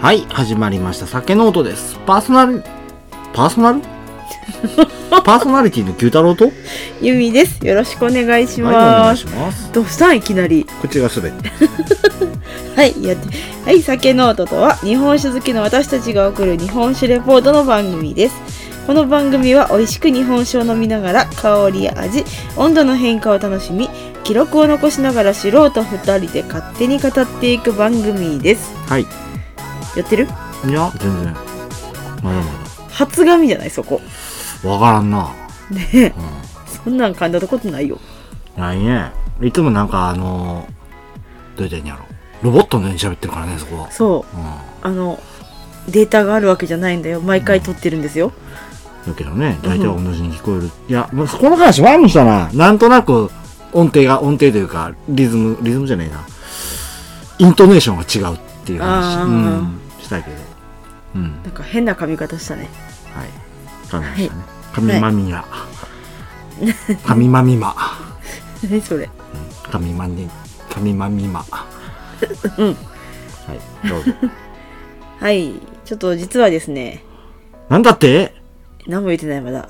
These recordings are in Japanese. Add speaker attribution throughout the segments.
Speaker 1: はい、始まりました。酒ノートです。パーソナル、パーソ ナルパーソナリティの牛太郎と、はい、
Speaker 2: ゆみです。よろしくお願いし
Speaker 1: お願
Speaker 2: ま
Speaker 1: い
Speaker 2: す。
Speaker 1: します。
Speaker 2: どうしたんいきなり。
Speaker 1: 口が滑って。
Speaker 2: はい、やって。はい、酒ノートとは、日本酒好きの私たちが送る日本酒レポートの番組です。この番組は美味しく日本酒を飲みながら香りや味、温度の変化を楽しみ、記録を残しながら素人2人で勝手に語っていく番組です。
Speaker 1: はい。い
Speaker 2: やってる
Speaker 1: や、全然。まだま
Speaker 2: 初髪じゃないそこ。
Speaker 1: だ。わからんな。
Speaker 2: ねえ
Speaker 1: う、ん。
Speaker 2: そんなん噛んだことないよ。
Speaker 1: ないね。いつもなんかあのー、どうやってんやろ。ロボットのように喋ってるからね、そこは。
Speaker 2: そう、
Speaker 1: う
Speaker 2: あの、データがあるわけじゃないんだよ。毎回撮ってるんですよ。
Speaker 1: ん。だけどね、大体同じに聞こえる。いや、もうこの話前にしたな。なんとなく、音程が、音程というか、リズム、リズムじゃないな。イントネーションが違うっていう話。
Speaker 2: あー
Speaker 1: うん。したいけど。うん。
Speaker 2: なんか変な髪型したね。
Speaker 1: はい。噛みましたね。神まみや。神まみま。
Speaker 2: 何それ。
Speaker 1: 神まに、神まみま。
Speaker 2: うん
Speaker 1: はい、どうぞ。
Speaker 2: はい。ちょっと実はですね、
Speaker 1: なんだって
Speaker 2: 何も言ってないまだ。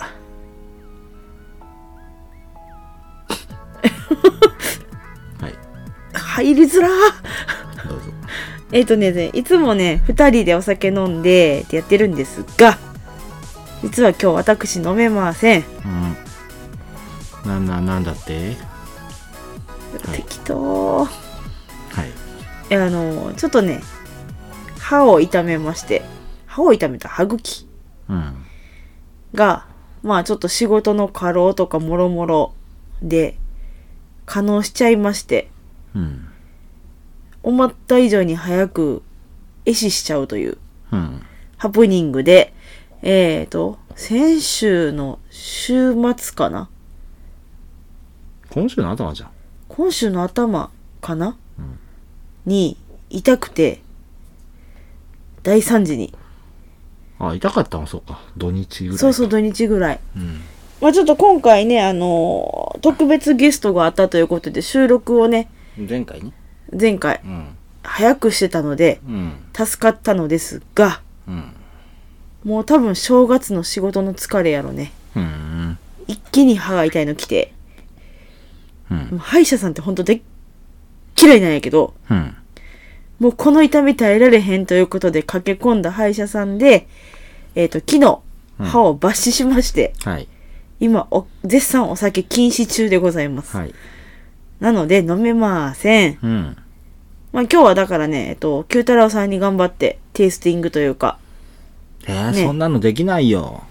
Speaker 1: はい、
Speaker 2: 入りづらー
Speaker 1: どうぞ。
Speaker 2: えっ、とねね、いつもね、二人でお酒飲んでってやってるんですが、実は今日私飲めません。
Speaker 1: うん。なんな、なんだってはい
Speaker 2: 適当。
Speaker 1: はい。
Speaker 2: いやあの、ちょっとね、歯を痛めまして、歯を痛めた歯茎
Speaker 1: うん。
Speaker 2: が、まあちょっと仕事の過労とかもろもろで、可能しちゃいまして、
Speaker 1: うん。
Speaker 2: 思った以上に早く壊死しちゃうという
Speaker 1: うん。
Speaker 2: ハプニングで、えーと、先週の週末かな
Speaker 1: 今週の頭じゃん。
Speaker 2: 今週の頭かな、に痛くて、大惨事に。
Speaker 1: あ、痛かったのそうか。土日ぐらい。
Speaker 2: そうそう、土日ぐらい。
Speaker 1: うん。
Speaker 2: まあちょっと今回ね、あのー特別ゲストがあったということで、収録をね、
Speaker 1: 前回ね。
Speaker 2: 前回
Speaker 1: うん。
Speaker 2: 早くしてたので、
Speaker 1: うん。
Speaker 2: 助かったのですが、
Speaker 1: うん。
Speaker 2: もう多分正月の仕事の疲れやろね。
Speaker 1: うん。
Speaker 2: 一気に歯が痛いの来て、
Speaker 1: うん。
Speaker 2: もう歯医者さんってほんとでっ嫌いなんやけど、
Speaker 1: うん。
Speaker 2: もうこの痛み耐えられへんということで駆け込んだ歯医者さんで、えっ、と、昨日、歯を抜歯しまして、
Speaker 1: はい。
Speaker 2: 今お、絶賛お酒禁止中でございます。
Speaker 1: はい。
Speaker 2: なので、飲めません。
Speaker 1: うん。
Speaker 2: まあ今日はだからね、えっと、九太郎さんに頑張ってテイスティングというか、
Speaker 1: えー
Speaker 2: ね
Speaker 1: そんなのできないよ。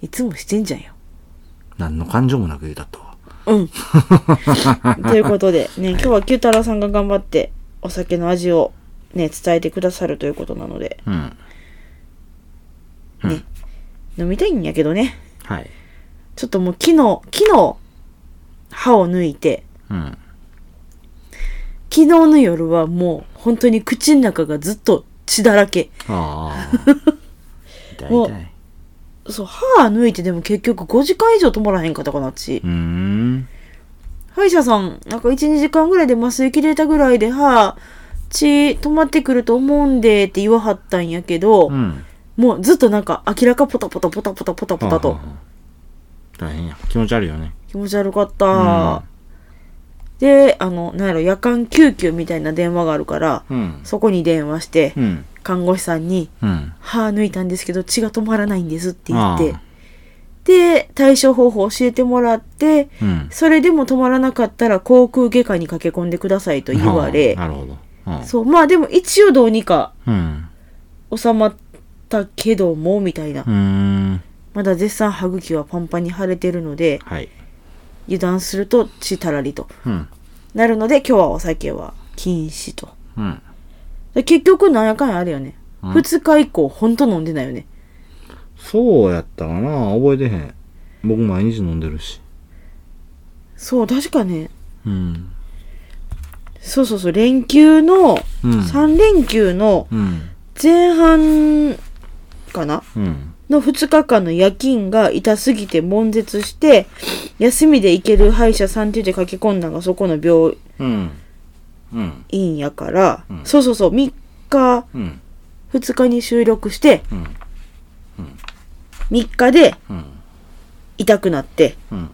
Speaker 2: いつもしてんじゃんよ。
Speaker 1: 何の感情もなく言うたとは。
Speaker 2: うん。ということで、ね、今日は九太郎さんが頑張ってお酒の味をね、伝えてくださるということなので、
Speaker 1: うん。
Speaker 2: 飲みたいんやけどね。
Speaker 1: はい。
Speaker 2: ちょっともう昨日、昨日、歯を抜いて、
Speaker 1: うん。
Speaker 2: 昨日の夜はもう本当に口の中がずっと血だらけ。
Speaker 1: ああ。 痛い
Speaker 2: もう
Speaker 1: 痛い。
Speaker 2: そう、歯抜いてでも結局5時間以上止まらへんかったかな、私
Speaker 1: う。ーん。うん。
Speaker 2: もうずっとなんか明らかポタポタポタポタポタポタ
Speaker 1: は
Speaker 2: と
Speaker 1: あはあ大変や。気持ち悪いよね。
Speaker 2: 気持ち悪かった。で、あの、なんやろ、夜間救急みたいな電話があるから、
Speaker 1: うん。
Speaker 2: そこに電話して
Speaker 1: う、ん。
Speaker 2: 看護師さんに、
Speaker 1: うん。
Speaker 2: 歯抜いたんですけど血が止まらないんですって言っ
Speaker 1: あ
Speaker 2: て
Speaker 1: あ、
Speaker 2: で、対処方法を教えてもらって、
Speaker 1: うん。
Speaker 2: それでも止まらなかったら航空外科に駆け込んでくださいと言われ、
Speaker 1: はあなるほど。うん
Speaker 2: そう、まあでも一応どうにか
Speaker 1: うん。
Speaker 2: 収まったけども、みたいな
Speaker 1: う。ーん。
Speaker 2: まだ絶賛歯茎はパンパンに腫れてるので、
Speaker 1: はい。
Speaker 2: 油断すると血たらりと
Speaker 1: うん。
Speaker 2: なるので、今日はお酒は禁止と。
Speaker 1: うん。
Speaker 2: で結局なんやかんやあれよね。
Speaker 1: うん
Speaker 2: 二日以降ほんと飲んでないよね。
Speaker 1: そうやったかな覚えてへん。僕毎日飲んでるし。
Speaker 2: そう、確かね、
Speaker 1: うん。
Speaker 2: そうそうそう、連休の、
Speaker 1: うん
Speaker 2: 三連休の
Speaker 1: うん。
Speaker 2: 前半かな
Speaker 1: うん。
Speaker 2: の2日間の夜勤が痛すぎて悶絶して、休みで行ける歯医者さんって言って駆け込んだのがそこの病、
Speaker 1: うん。うん。
Speaker 2: いいんやから、
Speaker 1: うん
Speaker 2: そうそうそう、3日、
Speaker 1: うん。
Speaker 2: 2日に収録して、
Speaker 1: うん。
Speaker 2: 3日で
Speaker 1: うん。
Speaker 2: 痛くなって、
Speaker 1: うん。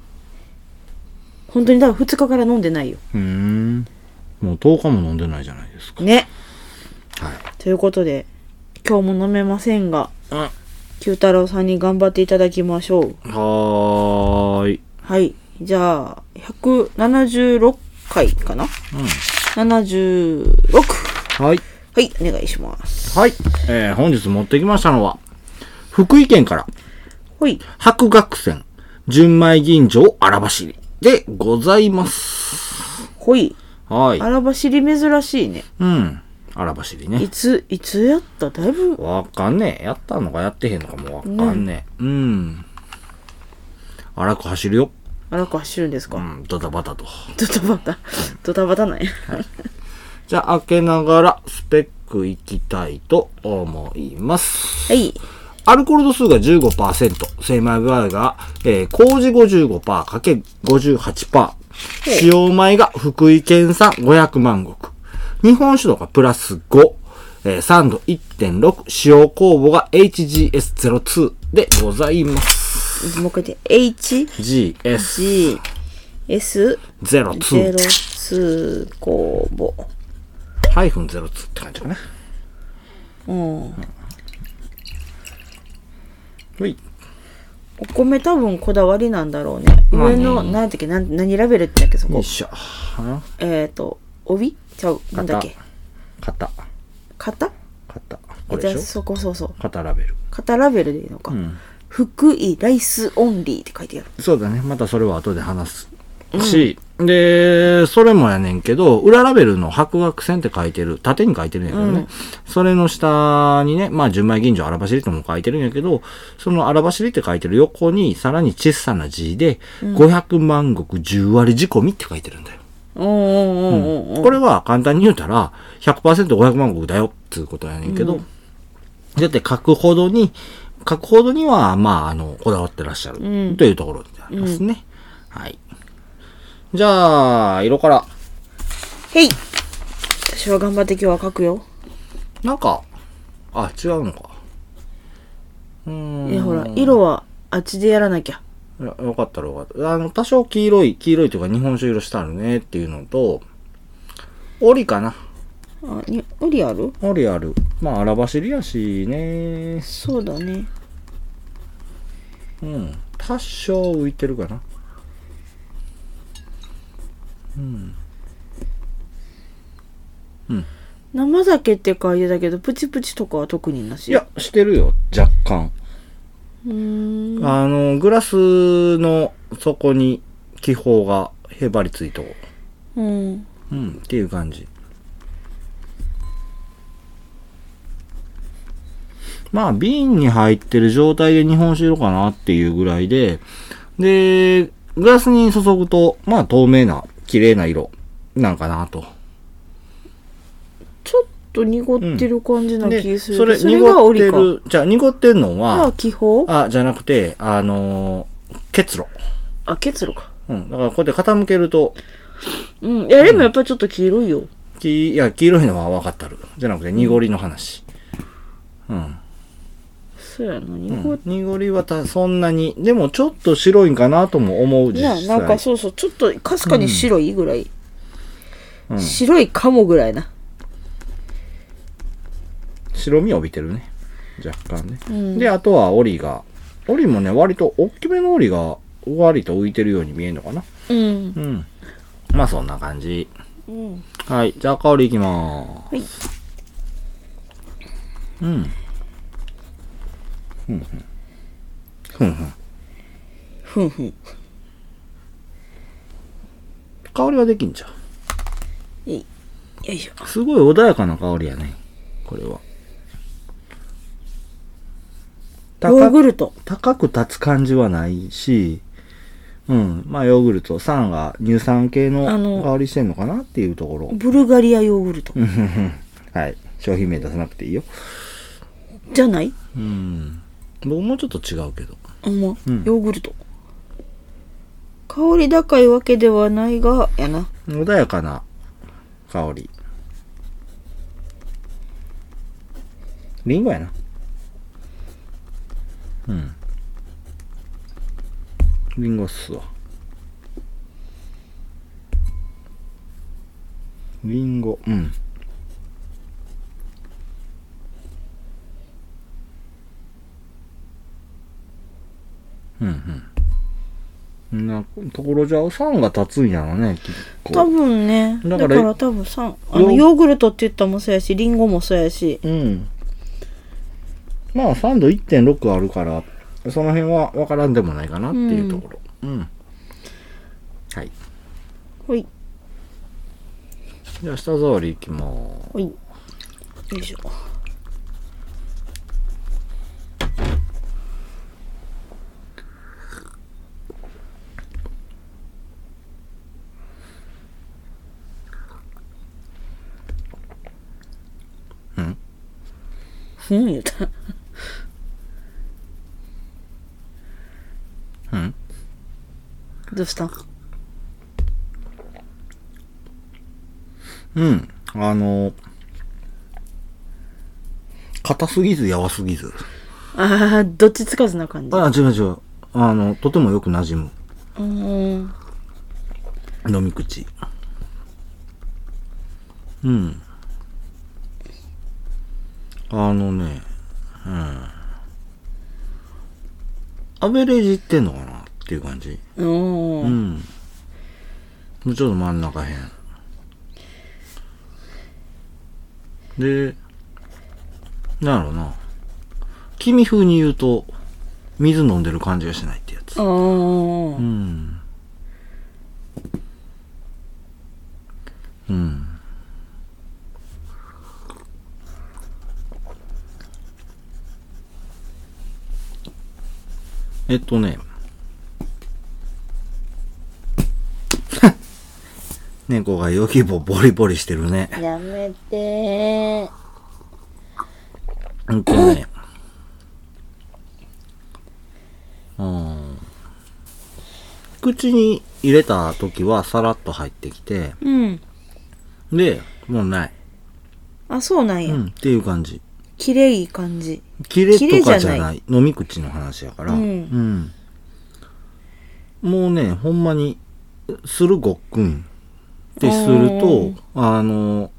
Speaker 2: 本当にだから2日から飲んでないよ。
Speaker 1: うーん。もう10日も飲んでないじゃないですか。
Speaker 2: ね。
Speaker 1: はい。
Speaker 2: ということで、今日も飲めませんが、
Speaker 1: うん。は
Speaker 2: 九太郎さんに頑張っていただきましょう。
Speaker 1: ーい。
Speaker 2: はい。じゃあ、176回かなうん。76!
Speaker 1: はい。
Speaker 2: はい、お願いします。
Speaker 1: はい。えー、本日持ってきましたのは、福井県から、
Speaker 2: ほい。
Speaker 1: 白学船、純米吟醸荒走りでございます。
Speaker 2: ほい。
Speaker 1: はい。
Speaker 2: あらばしり珍しいね。
Speaker 1: うん。荒走り
Speaker 2: い
Speaker 1: ね。
Speaker 2: つ、いつやっただいぶ、
Speaker 1: わかんねえ。やったのかやってへんのかもわかんねえ。うん。荒く走るよ。
Speaker 2: 荒く走るんです
Speaker 1: う
Speaker 2: か、
Speaker 1: ん、ドタバタと。
Speaker 2: ドタバタ、ドタバタない。
Speaker 1: じゃあ、開けながらスペックいきたいと思います。
Speaker 2: はい。
Speaker 1: アルコール度数が15%、精米具合が、えー、麹 55%×58%、使用米が福井県産500万石、日本酒度がプラス5、えー、酸度1.6、使用酵母が HGS02 でございます。
Speaker 2: もう一回で、H、
Speaker 1: GS02。
Speaker 2: G、S、0、2、公募。
Speaker 1: ハイフン02って感じかな。
Speaker 2: うん。
Speaker 1: ほい。
Speaker 2: お米多分こだわりなんだろうね。
Speaker 1: まあね
Speaker 2: 上の、何だっけ、なん何ラベルって言うんだっけ、そ
Speaker 1: よ
Speaker 2: こ
Speaker 1: い。しょ。
Speaker 2: えっ、ー、と、帯ちゃう、なんだっけ。
Speaker 1: 型。
Speaker 2: 型
Speaker 1: 型。こ
Speaker 2: じ
Speaker 1: れ
Speaker 2: ゃあ
Speaker 1: でしょ
Speaker 2: そこそうそう。
Speaker 1: 型ラベル。
Speaker 2: 型ラベルでいいのか。
Speaker 1: ん
Speaker 2: 福井ライスオンリーって書いてある。
Speaker 1: そうだね。またそれは後で話す。し、で、それもやねんけど、裏ラベルの白学線って書いてる、縦に書いてるんやけどね。それの下にね、まあ、純米吟醸荒走りとも書いてるんやけど、その荒走りって書いてる横に、さらに小さな字で、500万石10割仕込みって書いてるんだよ。
Speaker 2: うんうんうんうんうん。
Speaker 1: これは簡単に言うたら、100%500 万石だよっていうことやねんけど、だって書くほどに、書くほどには、まあ、あの、こだわってらっしゃる、
Speaker 2: うん
Speaker 1: というところでありますね。はい。じゃあ、色から、
Speaker 2: へい私は頑張って今日は書くよ。
Speaker 1: なんか、あ、違うのか。うーん。
Speaker 2: え、ほら、色はあっちでやらなきゃ。
Speaker 1: よよかったらよかった。あの、多少黄色い、黄色いというか日本酒色してあるねっていうのと、折かな。
Speaker 2: あ、に、無理ある
Speaker 1: 折ある。まあ、荒走りやしね。
Speaker 2: そうだね。
Speaker 1: うん。多少浮いてるかな。
Speaker 2: 生酒って書いてたけど、プチプチとかは特になし。
Speaker 1: いや、してるよ、若干。
Speaker 2: うーん。
Speaker 1: あの、グラスの底に気泡がへばりついとう。
Speaker 2: うん。
Speaker 1: うん、っていう感じ。まあ、瓶に入ってる状態で日本酒色かなっていうぐらいで、で、グラスに注ぐと、まあ、透明な、綺麗な色、なんかなと。
Speaker 2: ちょっと濁ってる感じな気
Speaker 1: で、
Speaker 2: する。
Speaker 1: それ、
Speaker 2: それが
Speaker 1: 濁っ
Speaker 2: 折
Speaker 1: て
Speaker 2: りか。
Speaker 1: る、じゃあ、濁ってんの
Speaker 2: あ、
Speaker 1: は、
Speaker 2: 気泡
Speaker 1: あ、じゃなくて、あのー結露。
Speaker 2: あ、結露か。
Speaker 1: うん。だからこうやって傾けると、
Speaker 2: うん。いや、でもやっぱちょっと黄色いよ。
Speaker 1: きいや、黄色いのは分かったる。じゃなくて、濁りの話。うん。
Speaker 2: そうやな、
Speaker 1: うん
Speaker 2: 濁っ
Speaker 1: 濁りはたそんなに、でもちょっと白いんかなとも思う実
Speaker 2: な
Speaker 1: 際。
Speaker 2: なんかそうそう、ちょっとかすかに白いぐらい。
Speaker 1: うん
Speaker 2: 白いかもぐらいな。
Speaker 1: 白みを帯びてるね。若干ね。
Speaker 2: うん
Speaker 1: で、あとは折りが、折りもね、割と大きめの折りが、割と浮いてるように見えるのかな。
Speaker 2: うん。
Speaker 1: うん。まあそんな感じ。
Speaker 2: うん。
Speaker 1: はい。じゃあ香りいきま
Speaker 2: はい。
Speaker 1: す。うん。ふんふん。ふんふん。
Speaker 2: ふんふん。
Speaker 1: 香りはできんじゃう
Speaker 2: えいよいしょ。
Speaker 1: すごい穏やかな香りやね。これは。
Speaker 2: ヨー
Speaker 1: 高
Speaker 2: グ
Speaker 1: く、
Speaker 2: ルト。
Speaker 1: 高く立つ感じはないし、うん。まあ、ヨーグルト、酸が乳酸系の
Speaker 2: あの
Speaker 1: 香りしてんのかなっていうところ。
Speaker 2: ブルガリアヨーグルト。
Speaker 1: はい。商品名出さなくていいよ。
Speaker 2: じゃない
Speaker 1: うん。僕もちょっと違うけど。
Speaker 2: あんま、ヨーグルト。香り高いわけではないが、やな。
Speaker 1: 穏やかな香り。リンゴやな。うん。リンゴっすわ。リンゴ、うん。うんうん。なところじゃ、酸が立つんやろね、結
Speaker 2: 多
Speaker 1: 構。
Speaker 2: 分ねだ
Speaker 1: だ
Speaker 2: か
Speaker 1: からら
Speaker 2: 多分さあ
Speaker 1: ヨ
Speaker 2: の
Speaker 1: ー
Speaker 2: ヨーグルトって言ったもそうやしリンゴもそうやし
Speaker 1: うん。まあ、酸度1.6あるから、その辺は分からんでもないかなっていうところ。うん、はい。
Speaker 2: ほい
Speaker 1: じゃあ、舌触りいきまーす。
Speaker 2: ほいよいしょ
Speaker 1: うん
Speaker 2: ふん言った
Speaker 1: うん。
Speaker 2: どうした
Speaker 1: うん。あの、硬すぎず、柔すぎず。
Speaker 2: ああどっちつかずな感じ
Speaker 1: あ、違う違う。あの、とてもよく馴染む。
Speaker 2: うーん
Speaker 1: 飲み口。うん。あのね、うん。アベレージいってんのかなっていう感じ。
Speaker 2: うー
Speaker 1: うんん。もうちょっと真ん中辺。で、なんやろうな。君風に言うと、水飲んでる感じがしないってやつ。
Speaker 2: ああ
Speaker 1: うん。うん。えっとね。 猫がヨギボボリボリしてるね。
Speaker 2: やめてー
Speaker 1: うんとね。うん。口に入れた時はさらっと入ってきて、
Speaker 2: うん
Speaker 1: で、もうない。
Speaker 2: あそうなん
Speaker 1: う
Speaker 2: や
Speaker 1: ん、っていう感じ。
Speaker 2: 綺麗い感じ
Speaker 1: 切れとか
Speaker 2: 切
Speaker 1: じゃ
Speaker 2: れ
Speaker 1: ない。
Speaker 2: じゃな
Speaker 1: 飲み口の話やから。
Speaker 2: うん
Speaker 1: んもうね、ほんまに、するごっくんってすると、
Speaker 2: お
Speaker 1: あの、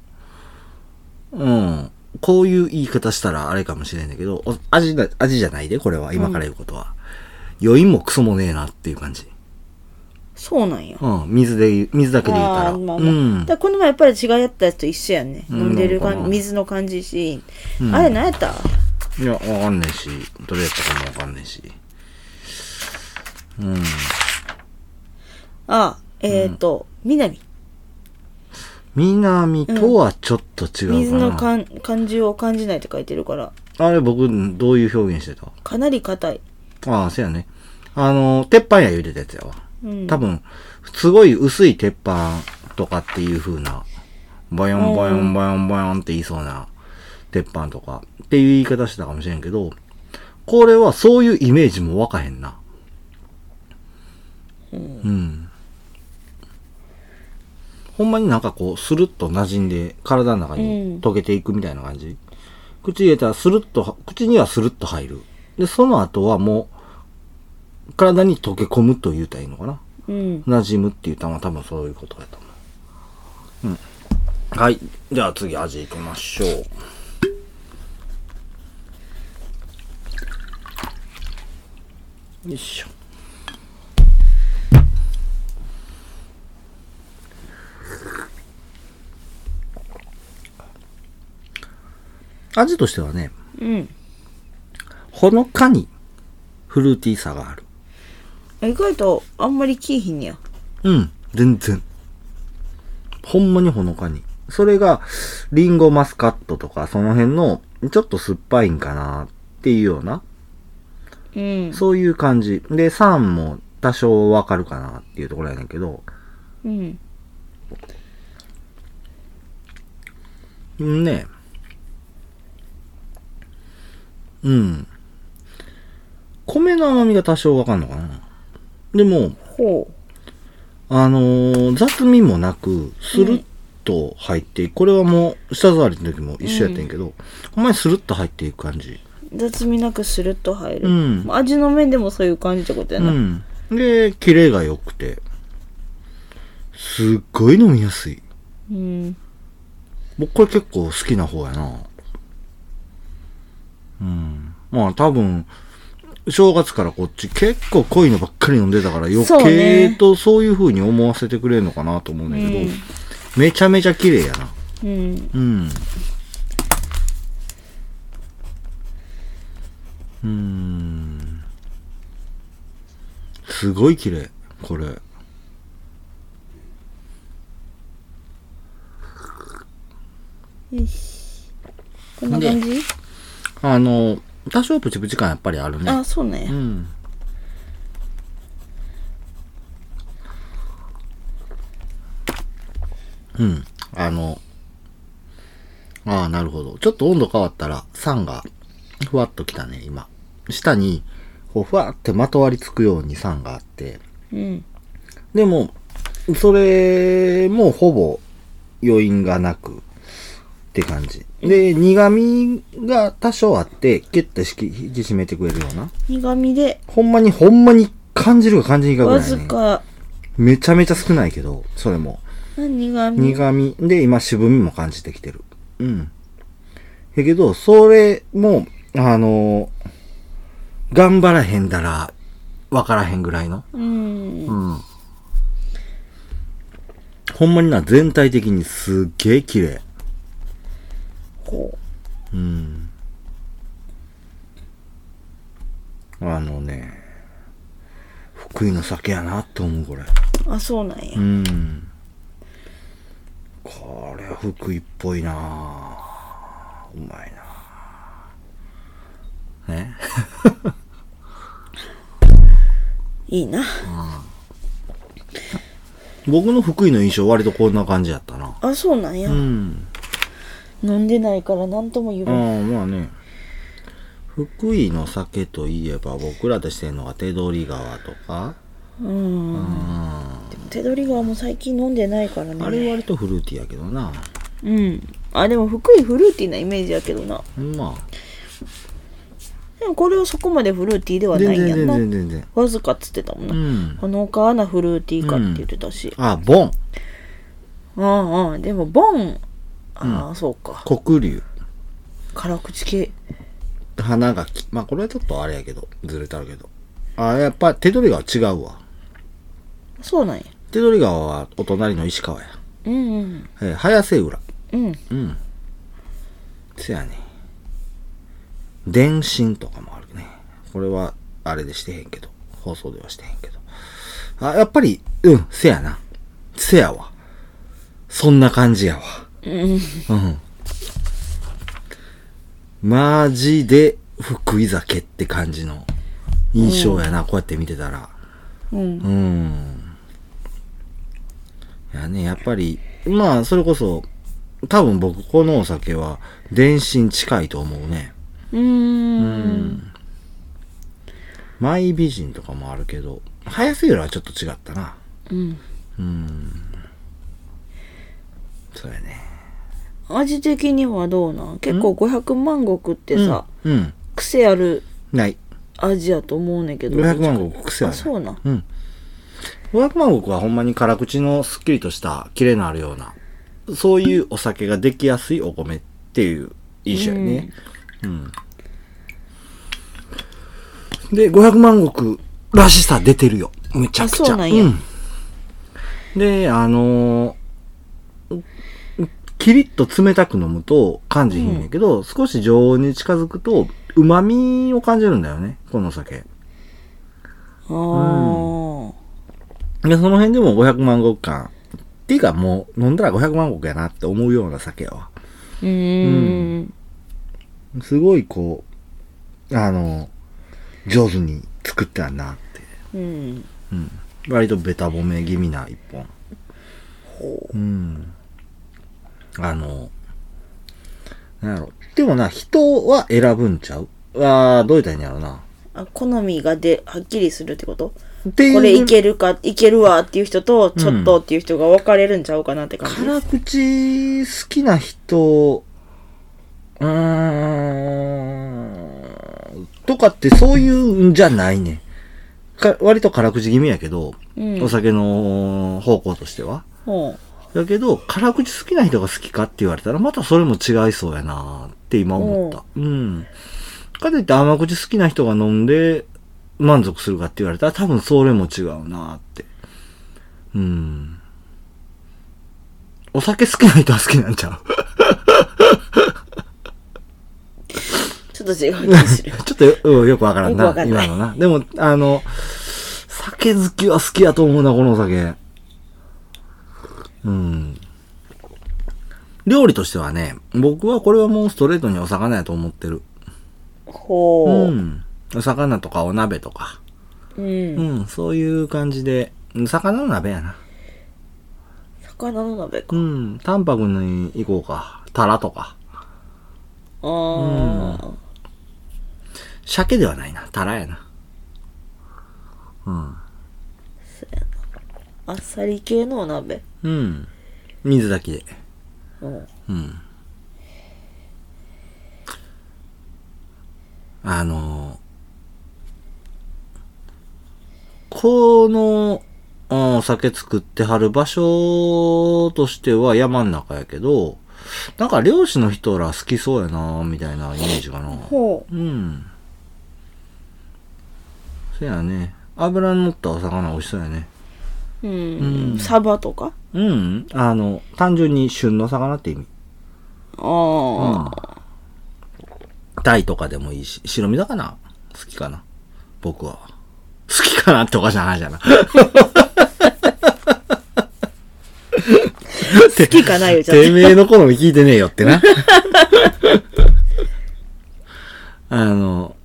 Speaker 1: うん、こういう言い方したらあれかもしれんだけど、お味だ、味じゃないで、これは、今から言うことは。余韻もクソもねえなっていう感じ。
Speaker 2: そうなんや
Speaker 1: うん、水で言う、水だけで言ったら。
Speaker 2: あーまあま
Speaker 1: う
Speaker 2: あ
Speaker 1: ん
Speaker 2: だか。らこの前やっぱり違いやったやつと一緒やんね
Speaker 1: うん
Speaker 2: 飲んでる
Speaker 1: なの
Speaker 2: 感
Speaker 1: か
Speaker 2: じ
Speaker 1: な
Speaker 2: 水の感じし、
Speaker 1: うん
Speaker 2: あれ何やった
Speaker 1: いや、わかんねえし、どれやったかもわかんねえし。うん。
Speaker 2: あえっ、ー、と、南
Speaker 1: 南とはちょっと違う
Speaker 2: 水
Speaker 1: かな。
Speaker 2: の感感じを感じないって書いてるから
Speaker 1: あれ僕、どういう表現してた
Speaker 2: かなり硬い、
Speaker 1: ああ、そうやね。あの、鉄板や言うてたやつやわ。
Speaker 2: うん、
Speaker 1: 多分、すごい薄い鉄板とかっていう風な、ボヨンボヨンボヨンボヨンって言いそうな鉄板とかっていう言い方してたかもしれんけど、これはそういうイメージもわかへんな。うん。ほんまになんかこう、スルッと馴染んで、体の中
Speaker 2: うん
Speaker 1: に溶けていくみたいな感じ。口入れたらスルッとは、口にはスルッと入る。で、その後はもう、体に溶け込むと言うたらいいのかな。
Speaker 2: うん
Speaker 1: 馴染むって言ったのは多分そういうことだと思う。うん。はい。じゃあ次味いきましょう。よいしょ。味としてはね、
Speaker 2: うん
Speaker 1: ほのかにフルーティーさがある。
Speaker 2: 意外とあんまり効いひんねや
Speaker 1: うん、全然。ほんまにほのかに。それが、リンゴマスカットとか、その辺の、ちょっと酸っぱいんかなっていうような、
Speaker 2: うん
Speaker 1: そういう感じ。で、酸も多少わかるかなっていうところやねんけど、
Speaker 2: うん
Speaker 1: うんね。うん。米の甘みが多少わかんのかな。でも、
Speaker 2: ほ
Speaker 1: あのー雑味もなく、スルッと入っていく。これはもう、舌触りの時も一緒やってんけど、ほんまにスルッと入っていく感じ。
Speaker 2: 雑味なくスルッと入る、
Speaker 1: うん
Speaker 2: 味の面でもそういう感じってことや
Speaker 1: う
Speaker 2: な、
Speaker 1: ん。で、キレが良くて、すっごい飲みやすい。
Speaker 2: うん
Speaker 1: 僕これ結構好きな方やな。うん。まあ多分、正月からこっち結構濃いのばっかり飲んでたから余
Speaker 2: そう
Speaker 1: 計
Speaker 2: ね
Speaker 1: とそういう風に思わせてくれるのかなと思うんだけど、
Speaker 2: うん
Speaker 1: めちゃめちゃ綺麗やな。
Speaker 2: うん
Speaker 1: うん。うん。すごい綺麗、これ。
Speaker 2: よしこんな感じ
Speaker 1: あの、多少プチプチ感やっぱりあるね。
Speaker 2: あそうね、
Speaker 1: うん。うん。あの、ああ、なるほど。ちょっと温度変わったら、酸が、ふわっときたね、今。下に、こう、ふわってまとわりつくように酸があって。
Speaker 2: うん
Speaker 1: でも、それもほぼ余韻がなくって感じ。で、苦味が多少あって、キュッと引き引き締めてくれるような。
Speaker 2: 苦味で
Speaker 1: ほんまに、ほんまに感じるか感じないかぐら
Speaker 2: わ
Speaker 1: い、ね。
Speaker 2: ずか
Speaker 1: めちゃめちゃ少ないけど、それも。
Speaker 2: 何苦味
Speaker 1: 苦味。で、今、渋みも感じてきてる。うん。やけど、それも、あのー頑張らへんだら、わからへんぐらいの。
Speaker 2: うん
Speaker 1: うん。ほんまにな、全体的にすっげえ綺麗。
Speaker 2: こう
Speaker 1: うん。あのね、福井の酒やなって思う、これ。
Speaker 2: あそうなんや、
Speaker 1: うん。これは福井っぽいなぁうまいなぁね。
Speaker 2: いいな
Speaker 1: 僕の福井の印象割とこんな感じやったな。
Speaker 2: あそうなんや、
Speaker 1: うん。
Speaker 2: 飲んでないから何とも言え
Speaker 1: ああ、
Speaker 2: ない、
Speaker 1: まあね。福井の酒といえば僕らとしてるのが手取川とか、
Speaker 2: うんでも手取り川も最近飲んでないからね
Speaker 1: あれ割とフルーティーやけどな。
Speaker 2: うんあでも福井フルーティーなイメージやけどな
Speaker 1: まあ、
Speaker 2: でもこれはそこまでフルーティーではな
Speaker 1: 全
Speaker 2: いん
Speaker 1: 然
Speaker 2: やん
Speaker 1: 全
Speaker 2: な
Speaker 1: 然全然。
Speaker 2: わずかっつってたもん
Speaker 1: う
Speaker 2: な、
Speaker 1: ん。
Speaker 2: ほのかなフルーティーかって言ってたし、
Speaker 1: あ、ボン、
Speaker 2: うんうんでもボンああ、そうか
Speaker 1: 黒龍、
Speaker 2: 辛口系
Speaker 1: 花垣。まあこれはちょっとあれやけど、ずれたるけど。あ、やっぱ手取川は違うわ。
Speaker 2: そうなんや
Speaker 1: 手取川はお隣の石川や。
Speaker 2: うんうん
Speaker 1: えー、早瀬浦。
Speaker 2: うん
Speaker 1: うん。せやね。電信とかもあるね。これは、あれでしてへんけど。放送ではしてへんけど。あ、やっぱり、うん、せやな。せやわ。そんな感じやわ。
Speaker 2: うん
Speaker 1: うん。マジで、福井酒って感じの印象やな、こうやって見てたら。
Speaker 2: うん
Speaker 1: うん。いやね、やっぱり、まあ、それこそ、多分僕、このお酒は、電信近いと思うね。
Speaker 2: うーん
Speaker 1: マイ美人とかもあるけど、早すぎるはちょっと違ったな。
Speaker 2: うん
Speaker 1: そうやね。
Speaker 2: 味的にはどうなん結構500万石ってさ、
Speaker 1: うん。
Speaker 2: 癖ある
Speaker 1: ない。
Speaker 2: 味やと思うねんけど
Speaker 1: 500万石癖は
Speaker 2: あ
Speaker 1: ない。
Speaker 2: そうなん
Speaker 1: うん。500万石はほんまに辛口のすっきりとした、キレのあるような、そういうお酒ができやすいお米っていう印象やね。うん。で、500万石らしさ出てるよ。めちゃくちゃ。
Speaker 2: あそうなんや
Speaker 1: で、あのーキリッと冷たく飲むと感じひんねんけど、少し常温に近づくと、旨味を感じるんだよね、このお酒。
Speaker 2: あー
Speaker 1: で、その辺でも500万石感。っていうかもう飲んだら500万石やなって思うような酒やわ。
Speaker 2: うーん
Speaker 1: すごいこう、あの、上手に作ってあんなって。
Speaker 2: うん
Speaker 1: 割とベタ褒め気味な一本。うん。あの、なんやろ。でもな、人は選ぶんちゃうあーどう言ったらいいんやろな。
Speaker 2: あ好みがではっきりするってこと
Speaker 1: っていう
Speaker 2: これいけるかいけるわっていう人とちょっとっていう人が分かれるんちゃうかなって感じ、
Speaker 1: 辛口好きな人、うーん、とかってそういうんじゃないね。か割と辛口気味やけど、
Speaker 2: うん
Speaker 1: お酒の方向としては。
Speaker 2: ほう
Speaker 1: だけど、辛口好きな人が好きかって言われたら、またそれも違いそうやなって今思った。うん。かといって甘口好きな人が飲んで満足するかって言われたら、多分それも違うなって。うん。お酒好きな人は好きなんちゃう
Speaker 2: ちょっと違う気がする
Speaker 1: ちょっとよ,うん、よくわからん
Speaker 2: よ
Speaker 1: な、
Speaker 2: くわかんな
Speaker 1: 今
Speaker 2: い
Speaker 1: のな。でも、あの、酒好きは好きやと思うな、このお酒。うん。料理としてはね、僕はこれはもうストレートにお魚やと思ってる。
Speaker 2: ほ
Speaker 1: う
Speaker 2: う、
Speaker 1: ん。お魚とかお鍋とか。
Speaker 2: うん
Speaker 1: うん、そういう感じで。うん魚の鍋やな。
Speaker 2: 魚の鍋か、
Speaker 1: うん。淡白に行こうか。タラとか。
Speaker 2: ああ、
Speaker 1: 鮭ではないな。タラやな。うん。
Speaker 2: あっさり系のお鍋
Speaker 1: うん。水炊きで。
Speaker 2: うん
Speaker 1: うん。あのこの、うん酒作ってはる場所としては山ん中やけど、なんか漁師の人ら好きそうやなみたいなイメージかな。
Speaker 2: ほ
Speaker 1: うん。そやね。油の乗ったお魚美味しそうやね。
Speaker 2: う、う
Speaker 1: うん
Speaker 2: ん、サバとか
Speaker 1: うん。あの、単純に旬の魚って意味。
Speaker 2: ああ、
Speaker 1: タイとかでもいいし、白身魚好きかな。僕は。好きかなっておかしな話だな。
Speaker 2: 好きかないよじゃあ
Speaker 1: てめえの好み聞いてねえよってな。あの、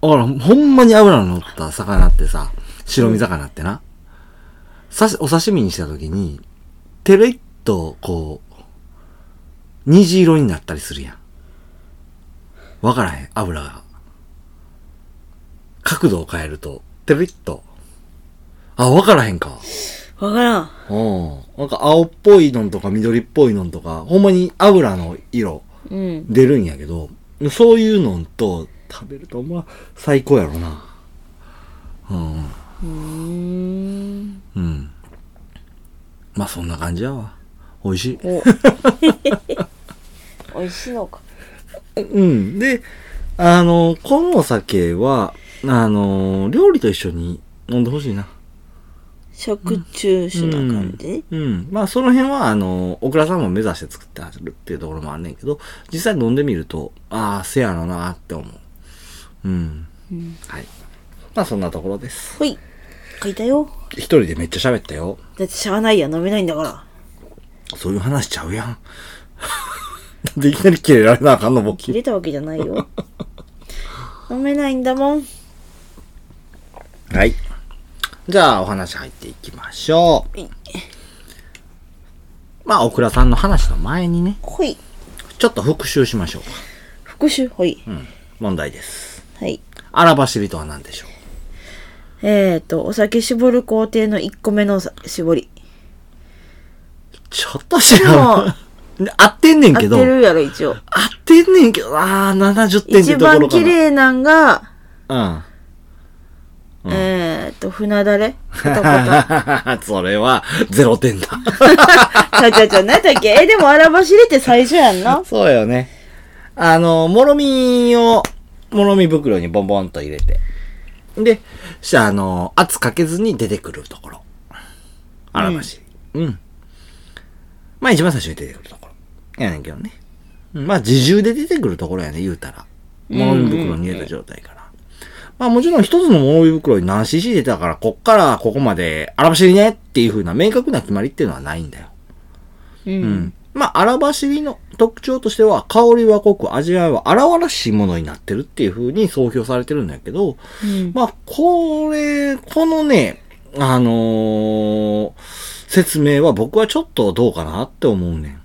Speaker 1: ほら、ほんまに油の乗った魚ってさ、白身魚ってな。さし、お刺身にした時に、てれっと、こう、虹色になったりするやん。わからへん、油が。角度を変えると、てれっと。あ、わからへんか。
Speaker 2: わからん
Speaker 1: うん。なんか青っぽいのとか緑っぽいのとか、ほんまに油の色
Speaker 2: うん
Speaker 1: 出るんやけど、そういうのと食べるとまあ最高やろな。うん。
Speaker 2: うーん
Speaker 1: うん。まあそんな感じやわ。美味しい。
Speaker 2: お美味しいのか
Speaker 1: うん。で、あの、このお酒は、あの、料理と一緒に飲んでほしいな。
Speaker 2: 食中酒な感じ、
Speaker 1: うん、うんまあその辺はあの小倉さんも目指して作ってはるっていうところもあんねんけど実際飲んでみるとああせやろなって思ううん
Speaker 2: うん、
Speaker 1: はいまあそんなところです
Speaker 2: ほい書いたよ
Speaker 1: 一人でめっちゃ喋ったよ
Speaker 2: だってしゃあないやん飲めないんだから
Speaker 1: そういう話ちゃうやんなん でいきなり切れられなあかんの僕
Speaker 2: 切れたわけじゃないよ飲めないんだもん
Speaker 1: はいじゃあお話入っていきましょう
Speaker 2: はい
Speaker 1: まあ小倉さんの話の前にね
Speaker 2: ほい
Speaker 1: ちょっと復習しましょうか
Speaker 2: 復習ほい、
Speaker 1: うん問題です
Speaker 2: はい
Speaker 1: 荒走りとは何でしょう
Speaker 2: えーとお酒絞る工程の1個目のお酒絞り
Speaker 1: ちょっとしか、合ってんねん
Speaker 2: 合っ
Speaker 1: けど、合
Speaker 2: て
Speaker 1: っ
Speaker 2: るやろ一応
Speaker 1: てんねんけどな、あー70点って
Speaker 2: 一
Speaker 1: ところ
Speaker 2: 番
Speaker 1: か
Speaker 2: 綺
Speaker 1: な。
Speaker 2: 麗なんが、
Speaker 1: うん。 うん
Speaker 2: えーと船 だれパタパタ
Speaker 1: うん。それは、0点だ。
Speaker 2: ちゃうちゃうちゃう何だっけえでも荒走りって最初やんな
Speaker 1: そうよね。あの、もろみを、もろみ袋にボンボンと入れて。で、したらあの、圧かけずに出てくるところ。あらまし。うん。まあ一番最初に出てくるところ。やねんけどね。うんまあ自重で出てくるところやね、言うたら。もろみ袋に入れた状態から。まあもちろん一つのもろみ袋に何 cc 入れたから、こっからここまで、あらましりねっていう風な明確な決まりっていうのはないんだよ。
Speaker 2: う
Speaker 1: うんん。まあ、荒走りの特徴としては、香りは濃く、味わいは荒々しいものになってるっていう風に総評されてるんだけど、
Speaker 2: うん
Speaker 1: まあ、これ、このね、あのー説明は僕はちょっとどうかなって思うね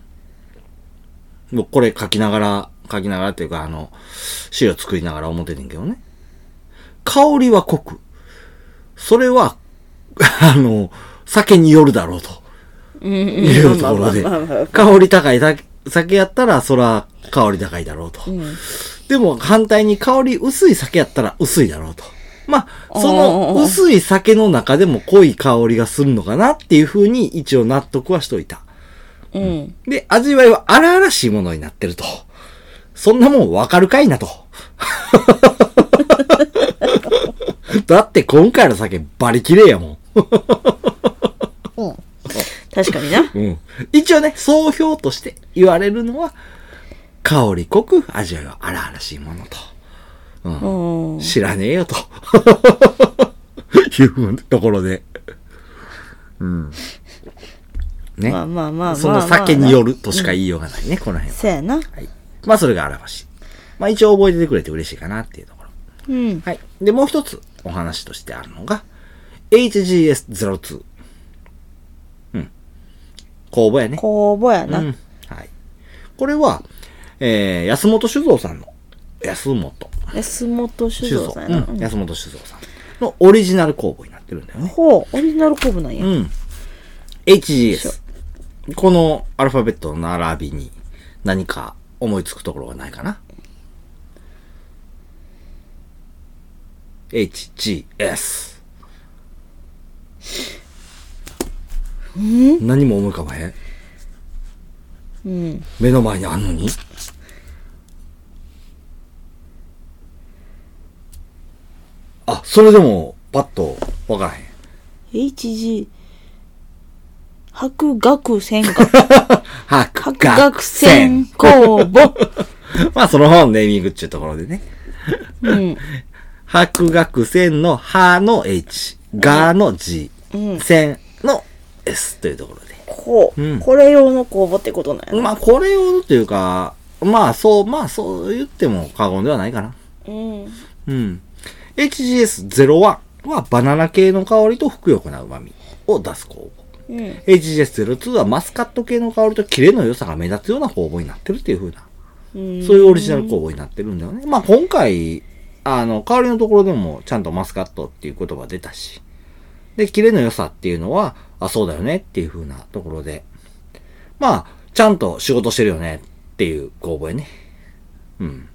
Speaker 1: ん。もうこれ書きながら、書きながらっていうか、あの、資料作りながら思っててんけどね。香りは濃く。それは、 あの、酒によるだろうと。
Speaker 2: うんうん
Speaker 1: いうところで
Speaker 2: まあまあまあまあ。
Speaker 1: 香り高いだ酒やったら、そら、香り高いだろうと。
Speaker 2: うん
Speaker 1: でも反対に香り薄い酒やったら薄いだろうと。まあ、そ
Speaker 2: おーおーお
Speaker 1: の
Speaker 2: ー
Speaker 1: 薄い酒の中でも濃い香りがするのかなっていうふうに一応納得はしといた。
Speaker 2: うん。
Speaker 1: で、味わいは荒々しいものになってると。そんなもんわかるかいなと。 だって今回の酒バリ綺麗やもん。
Speaker 2: 確かにな。
Speaker 1: うん。一応ね、総評として言われるのは、香り濃く味わいは荒々しいものと。
Speaker 2: うん。
Speaker 1: 知らねえよと。いうところで。うん。ね。
Speaker 2: まあまあまあまあまあ。
Speaker 1: その酒によるとしか言いようがないね、この辺は。
Speaker 2: そうやな。
Speaker 1: はい。まあそれが表し。まあ一応覚えててくれて嬉しいかなっていうところ。
Speaker 2: うん。
Speaker 1: はい。で、もう一つお話としてあるのが、HGS02。うん。公募やね。
Speaker 2: 公募やな。
Speaker 1: うんはい。これは、えー、安本酒造さんの、安本
Speaker 2: 安本酒
Speaker 1: 酒
Speaker 2: 造
Speaker 1: 造
Speaker 2: さん
Speaker 1: う
Speaker 2: や
Speaker 1: ん
Speaker 2: な。うん
Speaker 1: 安本酒造さんのオリジナル公募になってるんだよね。
Speaker 2: ほう、オリジナル公募なん
Speaker 1: う
Speaker 2: や。
Speaker 1: ん。HGS。このアルファベットの並びに何か思いつくところがないかな ?HGS。何も思い浮かばへん
Speaker 2: うん。
Speaker 1: 目の前にあんのにあ、それでも、パッと、わからへん。
Speaker 2: HG、博学専科、
Speaker 1: はく、
Speaker 2: 博学専公募。
Speaker 1: まあ、その本ネーミングっちゅうところでね。
Speaker 2: うん。
Speaker 1: 白学線の歯の H、がの G、
Speaker 2: うん
Speaker 1: 線の S というところで。
Speaker 2: こ
Speaker 1: うん
Speaker 2: う、これ用の公募ってことなんやな。
Speaker 1: まあ、これをというか、まあ、そう、まあ、そう言っても過言ではないかな。
Speaker 2: うん。
Speaker 1: うん。HGS01 はバナナ系の香りとふくよかな旨味を出す酵母。
Speaker 2: うん。
Speaker 1: HGS02 はマスカット系の香りとキレの良さが目立つような酵母になってるっていう風な。
Speaker 2: うん
Speaker 1: そういうオリジナル公募になってるんだよね。まあ今回、あの、香りのところでもちゃんとマスカットっていう言葉出たし。で、キレの良さっていうのは、あ、そうだよねっていう風なところで。まあ、ちゃんと仕事してるよねっていう公募やね。うん。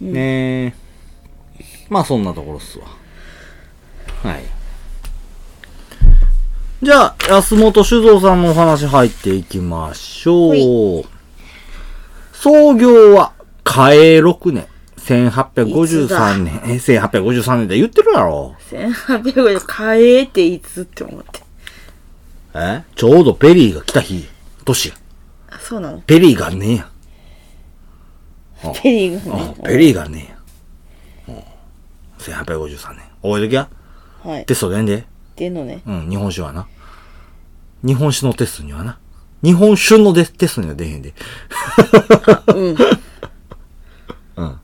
Speaker 1: ねえ。まあそんなところっすわ。はい。じゃあ、安本酒造さんのお話入っていきまし
Speaker 2: は
Speaker 1: ょう。創業は、嘉永6年、
Speaker 2: いつだ
Speaker 1: 1853年、え1853年で言ってるやろ。
Speaker 2: 1800円、買えっていつって思って。
Speaker 1: えちょうどペリーが来た日、年や。
Speaker 2: あ、そうなの
Speaker 1: ペリーがねえや。
Speaker 2: ペリーグ
Speaker 1: うんペリーがねえや。うん1853年。覚えときや。
Speaker 2: はい。
Speaker 1: テストでんで。
Speaker 2: ってんのね。
Speaker 1: うん、日本酒はな。日本酒のテストにはな。日本酒のでテストには出へんで。
Speaker 2: うん。
Speaker 1: うん。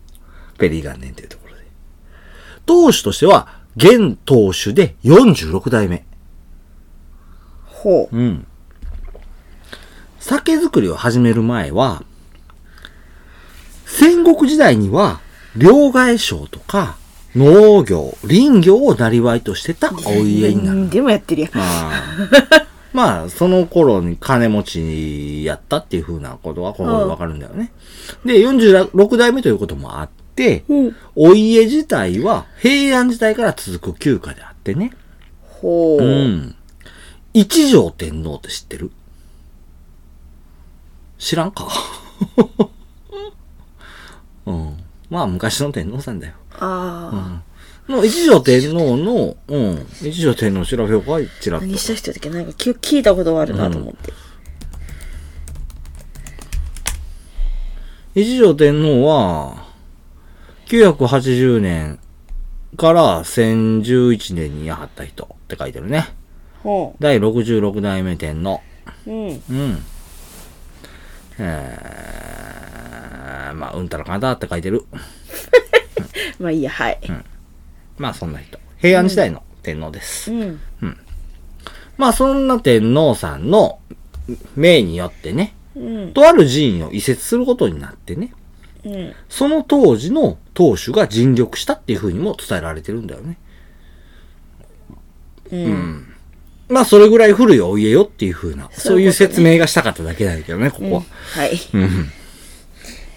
Speaker 1: ペリー元年というところで。当主としては、現当主で46代目。
Speaker 2: ほう。
Speaker 1: うん。酒造りを始める前は、戦国時代には、両替商とか、農業、林業をなりわいとしてたお家になる。
Speaker 2: 何でもやってるやん。
Speaker 1: ああまあ、その頃に金持ちやったっていうふうなことはここでわかるんだよね。で、46代目ということもあって、
Speaker 2: うん
Speaker 1: お家自体は平安時代から続く旧家であってね。
Speaker 2: ほう。
Speaker 1: うん。一条天皇って知ってる知らんか。 うん。まあ、昔の天皇さんだよ。
Speaker 2: あ
Speaker 1: の一条天皇の、うん。一条天皇調べようか、ちら
Speaker 2: あ。
Speaker 1: っと
Speaker 2: 何。した人だっけなんかき聞いたことがあるなと思って。
Speaker 1: 一条天皇は、980年から1011年にやはった人って書いてるね。
Speaker 2: ほ
Speaker 1: 第66代目天皇。
Speaker 2: う。うん。
Speaker 1: うん。えー、まあ、うんたらかんだって書いてる。
Speaker 2: まあいいや、はい。
Speaker 1: まあ、そんな人。平安時代の天皇です。
Speaker 2: うん。
Speaker 1: まあ、そんな天皇さんの命によってね、
Speaker 2: うん。
Speaker 1: とある寺院を移設することになってね、
Speaker 2: うん。
Speaker 1: その当時の当主が尽力したっていうふうにも伝えられてるんだよね。
Speaker 2: うん。
Speaker 1: まあ、それぐらい古いお家よっていうふうな、
Speaker 2: そ
Speaker 1: そうう
Speaker 2: い
Speaker 1: いうう
Speaker 2: ことね
Speaker 1: 説明がしたかっただけなんだけどね、ここは。
Speaker 2: はい。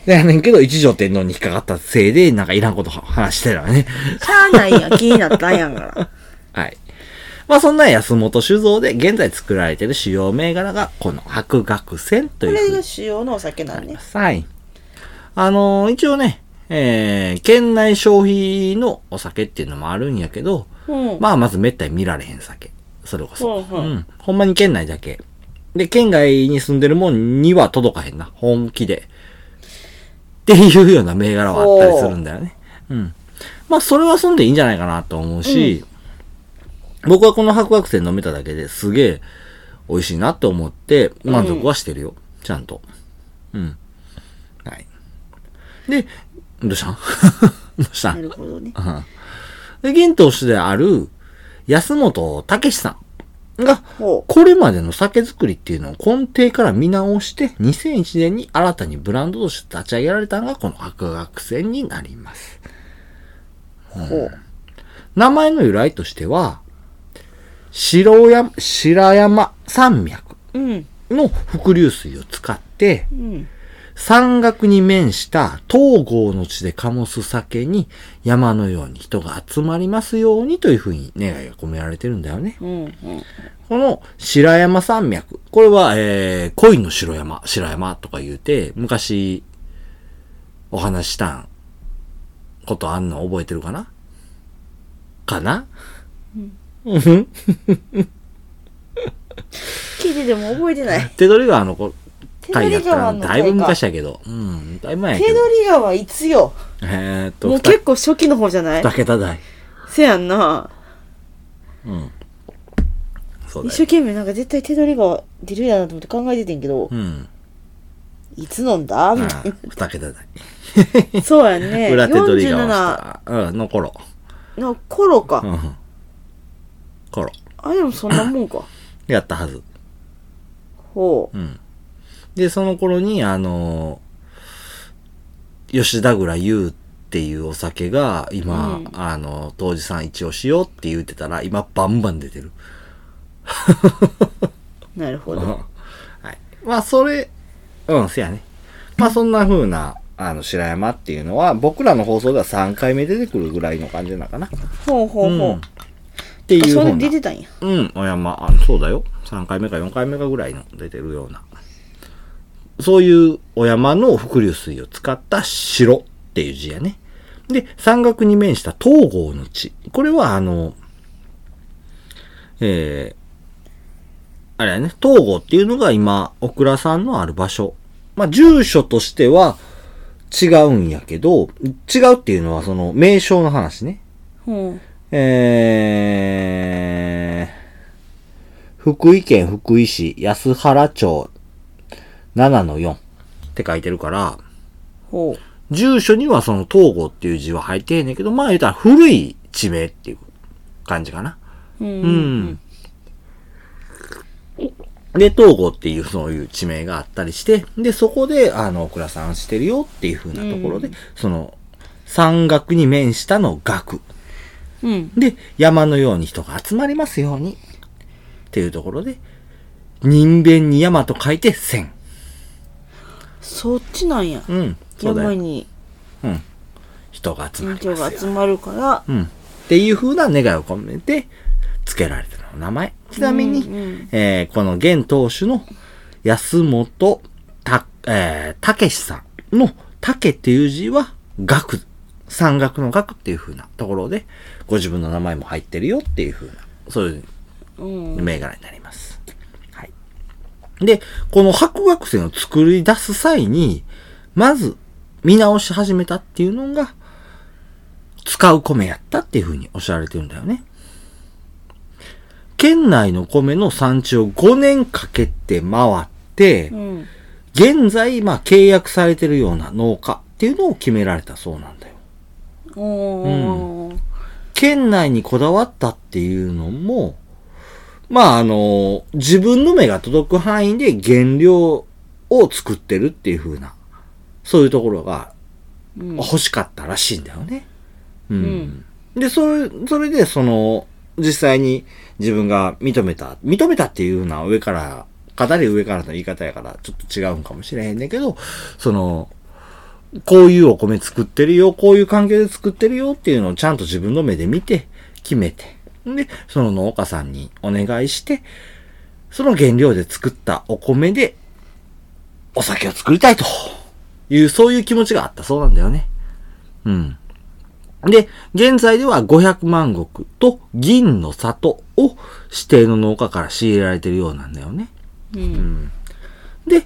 Speaker 1: で、やねんけど、一条天皇に引っかかったせいで、なんかいらんこと話してたらね。
Speaker 2: しゃあないやん、気になったんやん から。
Speaker 1: はい。まあ、そんな安本酒造で、現在作られてる主要銘柄が、この白学船と
Speaker 2: こ
Speaker 1: いうふう
Speaker 2: れ
Speaker 1: に
Speaker 2: が主要のお酒なんね。
Speaker 1: はい。あのー一応ね、えー、県内消費のお酒っていうのもあるんやけど、
Speaker 2: うん。
Speaker 1: まあ、まずめったに見られへん酒。それこそ。
Speaker 2: うんうん
Speaker 1: ん。ほんまに県内だけ。で、県外に住んでるもんには届かへんな。本気で。っていうような銘柄はあったりするんだよね。うん。まあ、それはそんでいいんじゃないかなと思うし、僕はこの白惑星飲めただけですげえ美味しいなって思って、満足はしてるよ。ちゃんと。うん。はい。で、どうしたん どうした
Speaker 2: なんるほどね。
Speaker 1: で、現当主である、安本武さんが、
Speaker 2: ほ
Speaker 1: これまでの酒造りっていうのを根底から見直して、2001年に新たにブランドとして立ち上げられたのが、この白学船になります。
Speaker 2: う。ほう。
Speaker 1: 名前の由来としては、白山、白山山脈
Speaker 2: うん。
Speaker 1: の伏流水を使って、
Speaker 2: うん。
Speaker 1: 山岳に面した東郷の地で醸す酒に山のように人が集まりますようにというふうに願いが込められてるんだよね。
Speaker 2: うん。
Speaker 1: この白山山脈。これは、えー、恋の白山、白山とか言うて、昔お話ししたんことあんの覚えてるかなかな
Speaker 2: 聞いてても覚えてない。
Speaker 1: 手取川のこ
Speaker 2: 手
Speaker 1: 回
Speaker 2: 取
Speaker 1: やったら
Speaker 2: 川の
Speaker 1: だいぶ
Speaker 2: 回か。
Speaker 1: 昔やけど。うん、だいぶ前や
Speaker 2: 手
Speaker 1: け
Speaker 2: 取
Speaker 1: ど。
Speaker 2: 川いつよ。
Speaker 1: えーっ
Speaker 2: も
Speaker 1: と、
Speaker 2: う結構初期の方じゃない
Speaker 1: 二桁台。
Speaker 2: せやんな。
Speaker 1: そう
Speaker 2: 一
Speaker 1: だ
Speaker 2: 生
Speaker 1: よ。
Speaker 2: 懸命なんか絶対手取り川出るやなと思って考えててんけど
Speaker 1: う、ん。
Speaker 2: いつ飲んだみたい
Speaker 1: 二桁台。
Speaker 2: な。 そうやんね。
Speaker 1: 裏手取りが
Speaker 2: 47
Speaker 1: した。うん、の頃。
Speaker 2: の頃
Speaker 1: う
Speaker 2: か。
Speaker 1: ん。頃。
Speaker 2: あ、でもそんなもんか。
Speaker 1: やったはず。
Speaker 2: ほう。
Speaker 1: うん。で、その頃に、あのー吉田倉優っていうお酒が、今、
Speaker 2: うん
Speaker 1: あのー、当時さん一押しよって言ってたら、今、バンバン出てる。
Speaker 2: なるほど。
Speaker 1: はい。まあ、それ、うん、せやね。まあ、そんな風な、あの、白山っていうのは、僕らの放送では3回目出てくるぐらいの感じなのかな。
Speaker 2: ほうほう
Speaker 1: うん
Speaker 2: ほ
Speaker 1: っ
Speaker 2: う。
Speaker 1: ていう
Speaker 2: そ
Speaker 1: 風
Speaker 2: れ
Speaker 1: な
Speaker 2: 出てたんや。
Speaker 1: うん、お山、あそうだよ。3回目か4回目かぐらいの出てるような。そういうお山の伏流水を使った城っていう字やね。で、山岳に面した東郷の地。これはあの、えー、あれやね、東郷っていうのが今、小倉さんのある場所。まあ、住所としては違うんやけど、違うっていうのはその名称の話ね。
Speaker 2: ほう。
Speaker 1: えー、福井県福井市安原町7-4って書いてるから、
Speaker 2: ほ
Speaker 1: 住所にはその東郷っていう字は入ってへんねんけど、まあ言うたら古い地名っていう感じかな。
Speaker 2: う。うん
Speaker 1: う。ん。で、東郷っていうそういう地名があったりして、で、そこで、あの、倉さんしてるよっていう風なところで、
Speaker 2: うん
Speaker 1: その、山岳に面したの岳。
Speaker 2: うん。
Speaker 1: で、山のように人が集まりますように。っていうところで、人間に山と書いて千。
Speaker 2: そっちなんや。
Speaker 1: うん。そうだ
Speaker 2: 山
Speaker 1: よ。
Speaker 2: に
Speaker 1: うん。人が集ま
Speaker 2: 人
Speaker 1: りま
Speaker 2: 情が
Speaker 1: すよ。
Speaker 2: 集まるから、
Speaker 1: うん。っていう風な願いを込めて、付けられたの名前。ちなみに、
Speaker 2: うんうん
Speaker 1: えーこの現当主の安本た、えー、武さんの武っていう字は、学、山岳の学っていう風なところで、ご自分の名前も入ってるよっていう風な、そういう
Speaker 2: うん。
Speaker 1: 銘柄になります。はい。で、この白学生を作り出す際に、まず見直し始めたっていうのが、使う米やったっていうふうにおっしゃられてるんだよね。県内の米の産地を5年かけて回って
Speaker 2: う、ん。
Speaker 1: 現在、まあ契約されてるような農家っていうのを決められたそうなんだよ。
Speaker 2: おー。
Speaker 1: 県内にこだわったっていうのも、まああの、自分の目が届く範囲で原料を作ってるっていう風な、そういうところが
Speaker 2: うん
Speaker 1: 欲しかったらしいんだよね。うんん。で、それ、それで、その、実際に自分が認めた、認めたっていうのは上から、かなり上からの言い方やから、ちょっと違うんかもしれへんねんけど、その、こういうお米作ってるよ、こういう環境で作ってるよっていうのをちゃんと自分の目で見て、決めて。で、その農家さんにお願いして、その原料で作ったお米で、お酒を作りたいという、そういう気持ちがあったそうなんだよね。うん。で、現在では500万石と銀の里を指定の農家から仕入れられてるようなんだよね。
Speaker 2: うん
Speaker 1: で、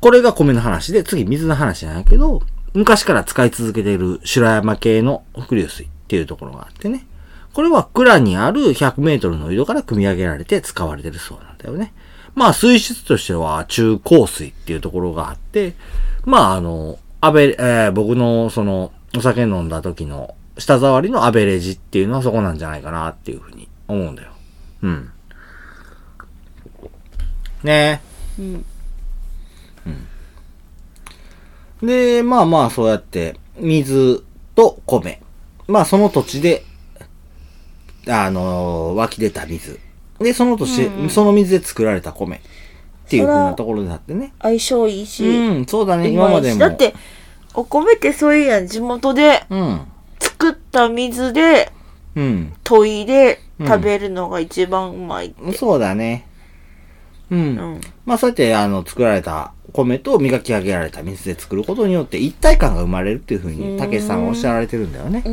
Speaker 1: これが米の話で、次水の話なんやけど、昔から使い続けている白山系の伏流水っていうところがあってね。これは蔵にある100メートルの井戸から組み上げられて使われてるそうなんだよね。まあ水質としては中硬水っていうところがあって、まああの、アベ、えー僕のそのお酒飲んだ時の舌触りのアベレージっていうのはそこなんじゃないかなっていうふうに思うんだよ。うん。ねえ。
Speaker 2: うん
Speaker 1: で、まあまあ、そうやって、水と米。まあ、その土地で、あのー湧き出た水。で、その土地で、
Speaker 2: うんうん
Speaker 1: その水で作られた米。っていうふうなところになってね。
Speaker 2: 相性いいし、
Speaker 1: うん、そうだね、
Speaker 2: う
Speaker 1: 今
Speaker 2: ま
Speaker 1: ま
Speaker 2: い
Speaker 1: で
Speaker 2: し
Speaker 1: も。
Speaker 2: だってお米ってそういうやん地元で
Speaker 1: うん。
Speaker 2: 作った水で
Speaker 1: うん。
Speaker 2: 研いで食べるのが一番うまいって、
Speaker 1: そうだね。う。
Speaker 2: うんん
Speaker 1: まあ、そうやって、あの、作られた米と磨き上げられた水で作ることによって一体感が生まれるっていうふう
Speaker 2: うん
Speaker 1: に、たけしさんはおっしゃられてるんだよね。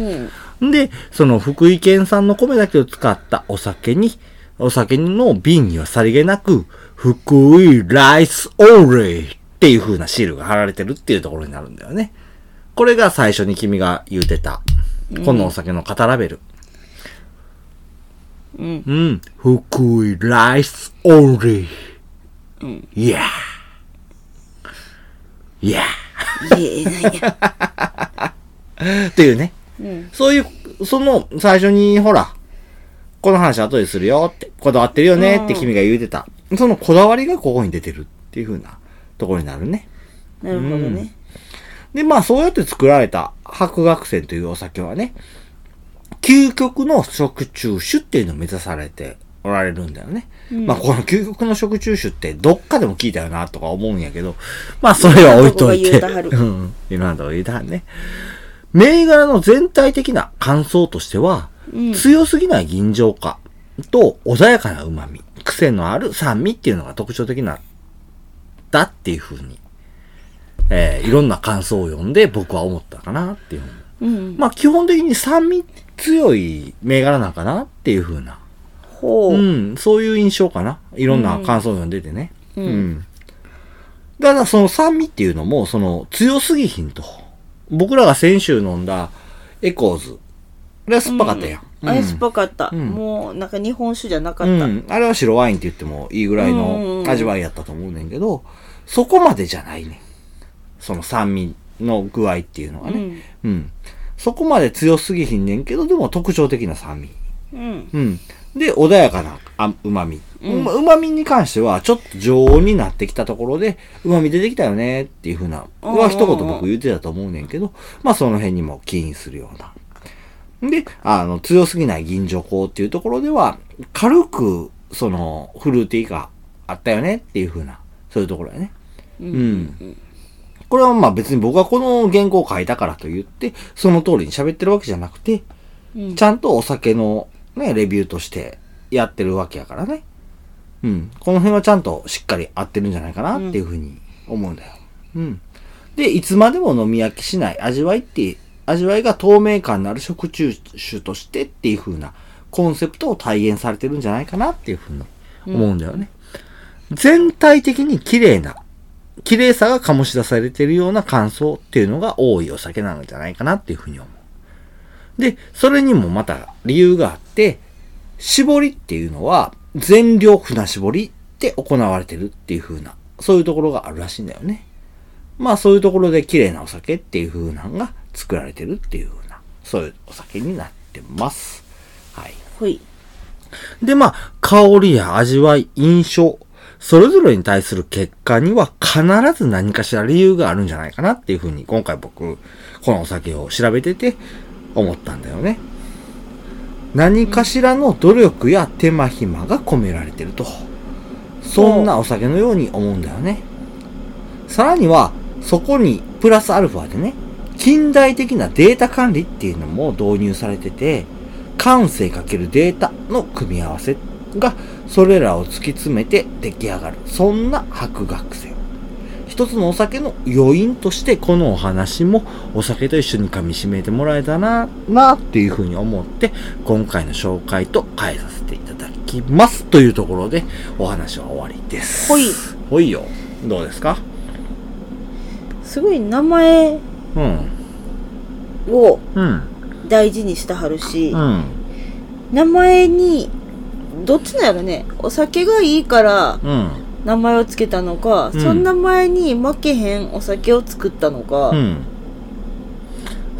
Speaker 2: うん
Speaker 1: で、その福井県産の米だけを使ったお酒に、お酒の瓶にはさりげなく、福井ライスオーレイっていう風なシールが貼られてるっていうところになるんだよね。これが最初に君が言うてた、このお酒の型ラベル。
Speaker 2: うん
Speaker 1: うん。福井ライスオーレイ。
Speaker 2: うん。
Speaker 1: いやいや
Speaker 2: いやいやいや
Speaker 1: っていうね。
Speaker 2: うん
Speaker 1: そういう、その、最初に、ほら、この話後でするよって、こだわってるよねって君が言うてた。そのこだわりがここに出てるっていう風なところになるね。
Speaker 2: なるほどね
Speaker 1: で、まあそうやって作られた白学泉というお酒はね、究極の食中酒っていうのを目指されておられるんだよね。まあこの究極の食中酒ってどっかでも聞いたよなとか思うんやけど、まあそれは置いといて。
Speaker 2: いろんなとこが言うた は
Speaker 1: うん。いろんなとこ言うたはんね。銘柄の全体的な感想としては、
Speaker 2: うん
Speaker 1: 強すぎない吟醸化と穏やかな旨味、癖のある酸味っていうのが特徴的な、だっていうふうに、えーいろんな感想を読んで僕は思ったかなっていうふうに。
Speaker 2: うん
Speaker 1: まあ基本的に酸味強い銘柄なんかなっていうふうな。
Speaker 2: ほう、
Speaker 1: うん、そういう印象かな。いろんな感想を読んでてね。
Speaker 2: う
Speaker 1: うんん。ただその酸味っていうのも、その強すぎひんと。僕らが先週飲んだエコーズ。あれは酸っぱかったやん。
Speaker 2: あれ酸っぱかった、
Speaker 1: ん
Speaker 2: もうなんか日本酒じゃなかった、
Speaker 1: うん、あれは白ワインって言ってもいいぐらい
Speaker 2: うんう
Speaker 1: の
Speaker 2: ん
Speaker 1: 味わいやったと思うねんけど、そこまでじゃないねん。その酸味の具合っていうのはね。うん。そこまで強すぎひんねんけど、でも特徴的な酸味。
Speaker 2: うん
Speaker 1: うん。で、穏やかなあ旨味。
Speaker 2: うん
Speaker 1: うま旨味に関しては、ちょっと常温になってきたところで、旨味出てきたよねっていうふうな、
Speaker 2: うんうん
Speaker 1: は一言僕言ってたと思うねんけど、まあその辺にも起因するような。で、あの、強すぎない銀条香っていうところでは、軽く、その、フルーティーがあったよねっていうふうな、そういうところやね。
Speaker 2: う
Speaker 1: うんん。これはまあ別に僕はこの原稿を書いたからと言って、その通りに喋ってるわけじゃなくて、
Speaker 2: うん
Speaker 1: ちゃんとお酒のね、レビューとしてやってるわけやからね。うん。この辺はちゃんとしっかり合ってるんじゃないかなっていうふうに思うんだよ。うん。で、いつまでも飲み飽きしない味わいって、味わいが透明感のある食中酒としてっていうふうなコンセプトを体現されてるんじゃないかなっていうふうに思うんだよね。全体的に綺麗な、綺麗さが醸し出されているような感想っていうのが多いお酒なんじゃないかなっていうふうに思う。で、それにもまた理由があって、絞りっていうのは全量船絞りで行われてるっていうふうな、そういうところがあるらしいんだよね。まあそういうところで綺麗なお酒っていうふうなのが作られてるっていうふうな、そういうお酒になってます。はい。
Speaker 2: ほい
Speaker 1: で、まあ、香りや味わい、印象、それぞれに対する結果には必ず何かしら理由があるんじゃないかなっていうふうに、今回僕、このお酒を調べてて思ったんだよね。何かしらの努力や手間暇が込められてると。そんなお酒のように思うんだよね。さらには、そこにプラスアルファでね、近代的なデータ管理っていうのも導入されてて、感性×データの組み合わせが、それらを突き詰めて出来上がる。そんな博学性。一つのお酒の余韻として、このお話もお酒と一緒に噛み締めてもらえたな、なっていうふうに思って、今回の紹介と変えさせていただきます。というところで、お話は終わりです。
Speaker 2: ほい。
Speaker 1: ほいよ。どうですか
Speaker 2: すごい名前
Speaker 1: うん。
Speaker 2: を
Speaker 1: うん。
Speaker 2: 大事にしてはるし、
Speaker 1: うん。
Speaker 2: 名前にどっちなんやろねお酒がいいから
Speaker 1: うん。
Speaker 2: 名前をつけたのか、
Speaker 1: うん
Speaker 2: そんな前に負けへんお酒を作ったのか、
Speaker 1: うん。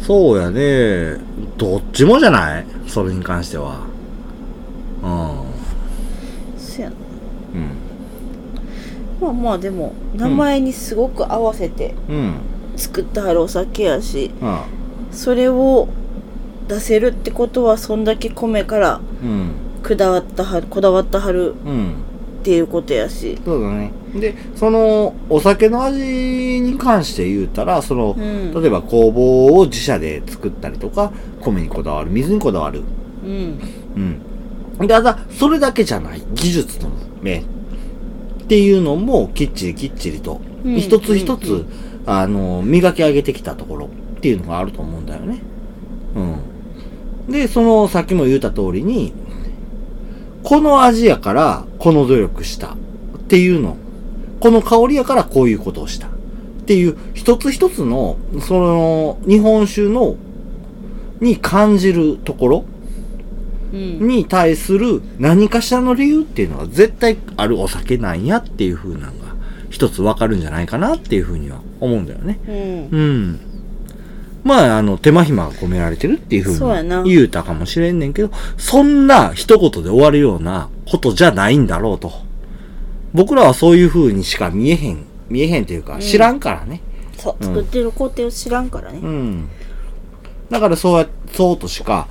Speaker 1: そうやね。どっちもじゃないそれに関しては。う。
Speaker 2: そやなんまあまあでも名前にすごく合わせて
Speaker 1: うん。うん。
Speaker 2: 作ってはるお酒やし
Speaker 1: あ
Speaker 2: それを出せるってことはそんだけ米から
Speaker 1: うん。
Speaker 2: こだわったはるこだわったはる
Speaker 1: うん。
Speaker 2: っていうことやし
Speaker 1: そうだね。で、その、お酒の味に関して言うたら、その、
Speaker 2: うん
Speaker 1: 例えば工房を自社で作ったりとか、米にこだわる、水にこだわる。
Speaker 2: うん
Speaker 1: うん。ただ、それだけじゃない。技術の面。っていうのも、きっちりきっちりと、
Speaker 2: うん
Speaker 1: 一つ一
Speaker 2: うんう
Speaker 1: つ、あの、磨き上げてきたところっていうのがあると思うんだよね。うん。で、その、さっきも言った通りに、この味やから、この努力した。っていうの。この香りやから、こういうことをした。っていう、一つ一つの、その、日本酒の、に感じるところ
Speaker 2: うん
Speaker 1: に対する何かしらの理由っていうのは絶対あるお酒なんやっていう風なのが一つわかるんじゃないかなっていう風には思うんだよね。
Speaker 2: うん
Speaker 1: うん。まあ、あの、手間暇が込められてるっていう
Speaker 2: そうや
Speaker 1: 風
Speaker 2: な
Speaker 1: に言うたかもしれんねんけど、そんな一言で終わるようなことじゃないんだろうと。僕らはそういう風にしか見えへん、見えへんというか知らんからね。
Speaker 2: そう
Speaker 1: うん
Speaker 2: 作ってる工程を知らんから
Speaker 1: う
Speaker 2: ね
Speaker 1: ん。だからそうや、そうとしか、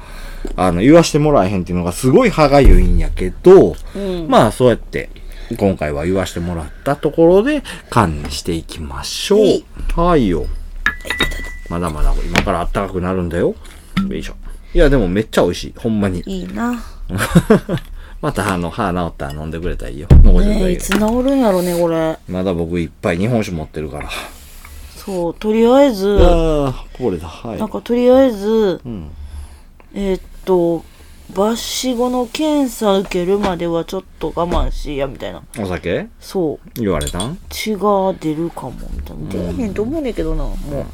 Speaker 1: あの、言わしてもらえへんっていうのがすごい歯がゆいんやけど、
Speaker 2: うん
Speaker 1: まあそうやって、今回は言わしてもらったところで、缶にしていきましょう
Speaker 2: えい。
Speaker 1: はいよ。まだまだ今からあったかくなるんだよ。よいしょ。いやでもめっちゃ美味しい。ほんまに。
Speaker 2: いいな
Speaker 1: またあの、歯治ったら飲んでくれたらいいよ。残してくれ
Speaker 2: ね
Speaker 1: た
Speaker 2: え
Speaker 1: い
Speaker 2: い
Speaker 1: よ
Speaker 2: つ治るんやろねこれ
Speaker 1: まだ僕いっぱい日本酒持ってるから。
Speaker 2: そうとりあえず
Speaker 1: ああ、こぼれた。は
Speaker 2: なん
Speaker 1: い。
Speaker 2: かとりあえず
Speaker 1: うん。
Speaker 2: えーっと抜歯後の検査受けるまではちょっと我慢しやみたいな
Speaker 1: お酒
Speaker 2: そう
Speaker 1: 言われたん
Speaker 2: 血が出るかもみたいな出えへんと思うねんけどなもう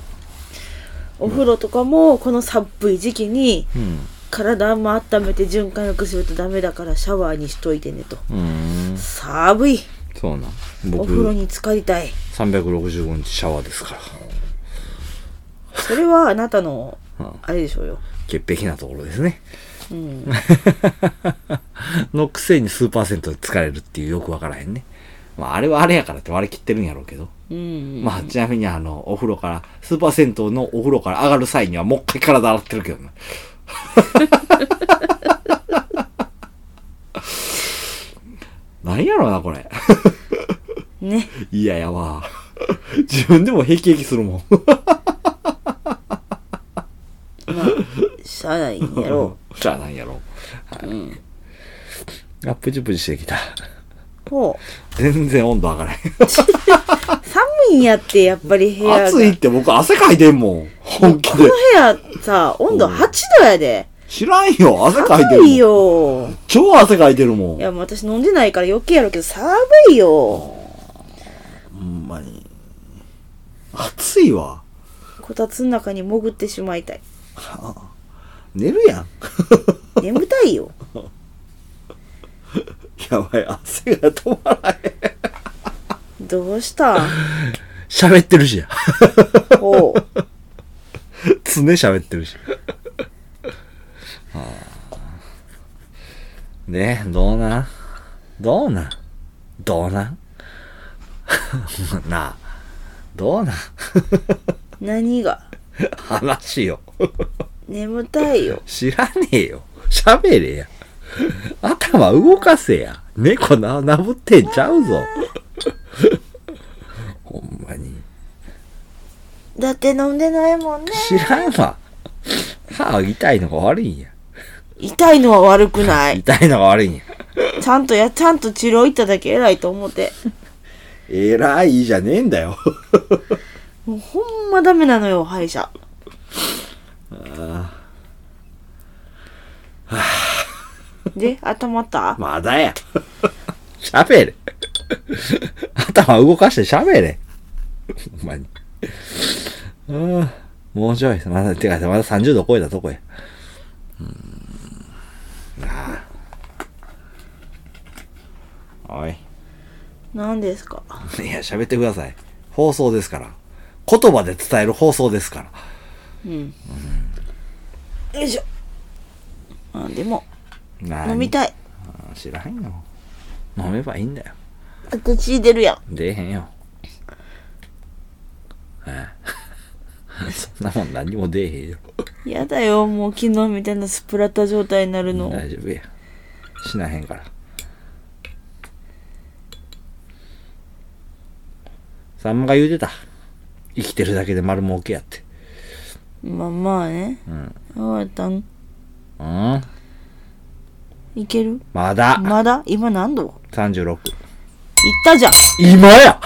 Speaker 2: お風呂とかもこの寒い時期に
Speaker 1: うん。
Speaker 2: 体も温めて循環良くするとダメだからシャワーにしといてねと
Speaker 1: うーん。
Speaker 2: 寒い
Speaker 1: そうなん。
Speaker 2: お風呂
Speaker 1: 僕、
Speaker 2: に浸かりたい
Speaker 1: 365日シャワーですから。
Speaker 2: それはあなたの
Speaker 1: うん
Speaker 2: あれでしょうよ
Speaker 1: 潔癖なところですね。
Speaker 2: うん
Speaker 1: のくせに数パーセントで疲れるっていうよくわからへんね。まあ、あれはあれやからって割り切ってるんやろうけど。
Speaker 2: うん
Speaker 1: まあ、ちなみにあの、お風呂から、スーパー銭湯のお風呂から上がる際にはもう一回体洗ってるけ どな。何やろな、これ。
Speaker 2: ね
Speaker 1: いややわ。自分でもヘキヘキするもん。
Speaker 2: まあしゃあないん やろ
Speaker 1: じゃあ何やろ
Speaker 2: う、うん、
Speaker 1: う。あ、プチプチしてきた。
Speaker 2: ほう
Speaker 1: 全然温度上がらへん。
Speaker 2: 寒いんやってやっぱり部屋が
Speaker 1: 暑いって僕汗かいてんもん。本気
Speaker 2: この
Speaker 1: で
Speaker 2: 部。屋さ温度
Speaker 1: うん
Speaker 2: 8度やで
Speaker 1: 知らんよ。汗かいてる
Speaker 2: 寒
Speaker 1: もん
Speaker 2: い。よ
Speaker 1: 超汗かいてるもん。
Speaker 2: いやもう私飲んでないから余計やろうけど寒いよ
Speaker 1: ほんまに。暑いわ。
Speaker 2: こたつの中に潜ってしまいたい
Speaker 1: 寝るやん。
Speaker 2: 眠た いよ
Speaker 1: やばい、汗が止まらへん。
Speaker 2: どうした
Speaker 1: 喋ってるしや。
Speaker 2: ほう
Speaker 1: 常喋って るし。はあねどうなんどうなんどうなん なあ。どうなん
Speaker 2: 何が
Speaker 1: 話よ。
Speaker 2: 眠たいよ
Speaker 1: 知らねえよ。喋れや。頭動かせや。猫な、なぶってんちゃうぞ。ほんまに。
Speaker 2: だって飲んでないもんね
Speaker 1: 知らんわ。歯痛いのが悪いんや。
Speaker 2: 痛いのは悪くない
Speaker 1: 痛いのが悪いんや。
Speaker 2: ちゃんとやちゃんと治療行っただけ偉いと思って
Speaker 1: えらいじゃねえんだよ。
Speaker 2: もうほんまダメなのよ歯医者で頭った
Speaker 1: まだや。 喋れ。頭動かして喋れ。ほんまに。うんもうちょい。まだ、てか、まだ30度超えたとこや。うーん。ああ。おい。
Speaker 2: 何ですか
Speaker 1: いや、喋ってください。放送ですから。言葉で伝える放送ですから。
Speaker 2: うんよいしょあでも
Speaker 1: 何
Speaker 2: 飲みたい
Speaker 1: あ知らんよ。飲めばいいんだよ。
Speaker 2: 私出るやん
Speaker 1: 出えへんよ。ああ そんなもん何も出えへんよ。
Speaker 2: やだよもう昨日みたいなスプラッタ状態になるの
Speaker 1: 大丈夫や。死なへんから。さんまが言うてた。生きてるだけで丸儲けやって。
Speaker 2: まあまあね
Speaker 1: うん。
Speaker 2: ああたん
Speaker 1: うん。
Speaker 2: いける
Speaker 1: まだ。
Speaker 2: まだ今何度行っ
Speaker 1: 36。
Speaker 2: たじゃん
Speaker 1: 今や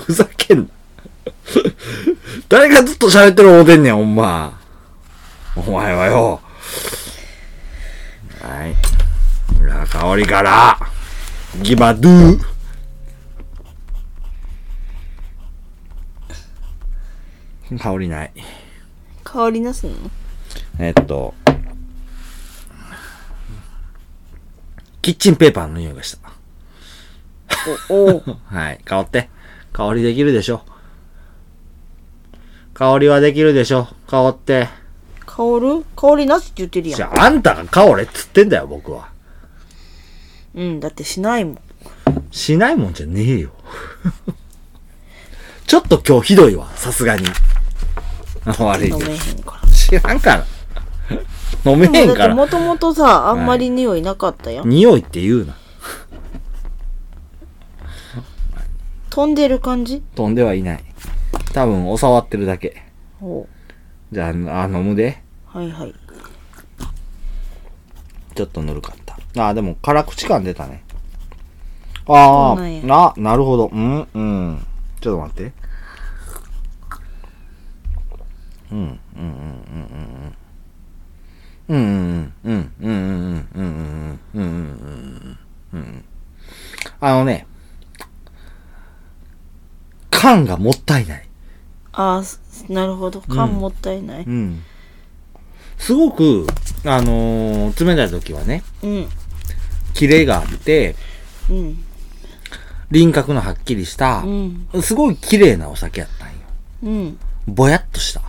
Speaker 1: ふざけんな。誰がずっと喋ってる思うてんねん、ほんま。お前はよ。はい。裏香りから、ギバドゥ。香りない。
Speaker 2: 香りなすの
Speaker 1: えっと、キッチンペーパーの匂いがした。
Speaker 2: おお
Speaker 1: はい。香って。香りできるでしょ。香りはできるでしょ。香って。
Speaker 2: 香る香りなすって言ってるや
Speaker 1: じ
Speaker 2: ん
Speaker 1: ゃあ、あんたが香れっつってんだよ、僕は。
Speaker 2: うんだってしないもん
Speaker 1: しないもんじゃねえよ。 ちょっと今日ひどいわ、さすがに。悪い
Speaker 2: 飲
Speaker 1: けど。
Speaker 2: めへんから
Speaker 1: 知らんから。飲めへんか
Speaker 2: でもだ
Speaker 1: ら。
Speaker 2: ってもともとさあんまり匂いなかったやん、
Speaker 1: 匂いって言うな。
Speaker 2: 飛んでる感じ
Speaker 1: 飛んではいない。多分、お触ってるだけ。
Speaker 2: お
Speaker 1: じゃあ、あ飲むで。
Speaker 2: はいはい
Speaker 1: ちょっとぬるかった。あー、でも辛口感出たね。あ
Speaker 2: そうなんや
Speaker 1: あ、な、なるほど。うん、うん。ちょっと待って。うん、うん、うん、うん、うん、うん、うん、うん、うん、うん、うん、うん、うん、うん、うん、うん、うん。あのね、缶がもったいない。
Speaker 2: ああなるほど缶もったいない
Speaker 1: うん。すごく、あのー冷たい時はね、
Speaker 2: うん
Speaker 1: キレがあって、
Speaker 2: うん
Speaker 1: 輪郭のはっきりした
Speaker 2: う、ん
Speaker 1: すごい綺麗なお酒やったんよ。
Speaker 2: うん
Speaker 1: ぼやっとした。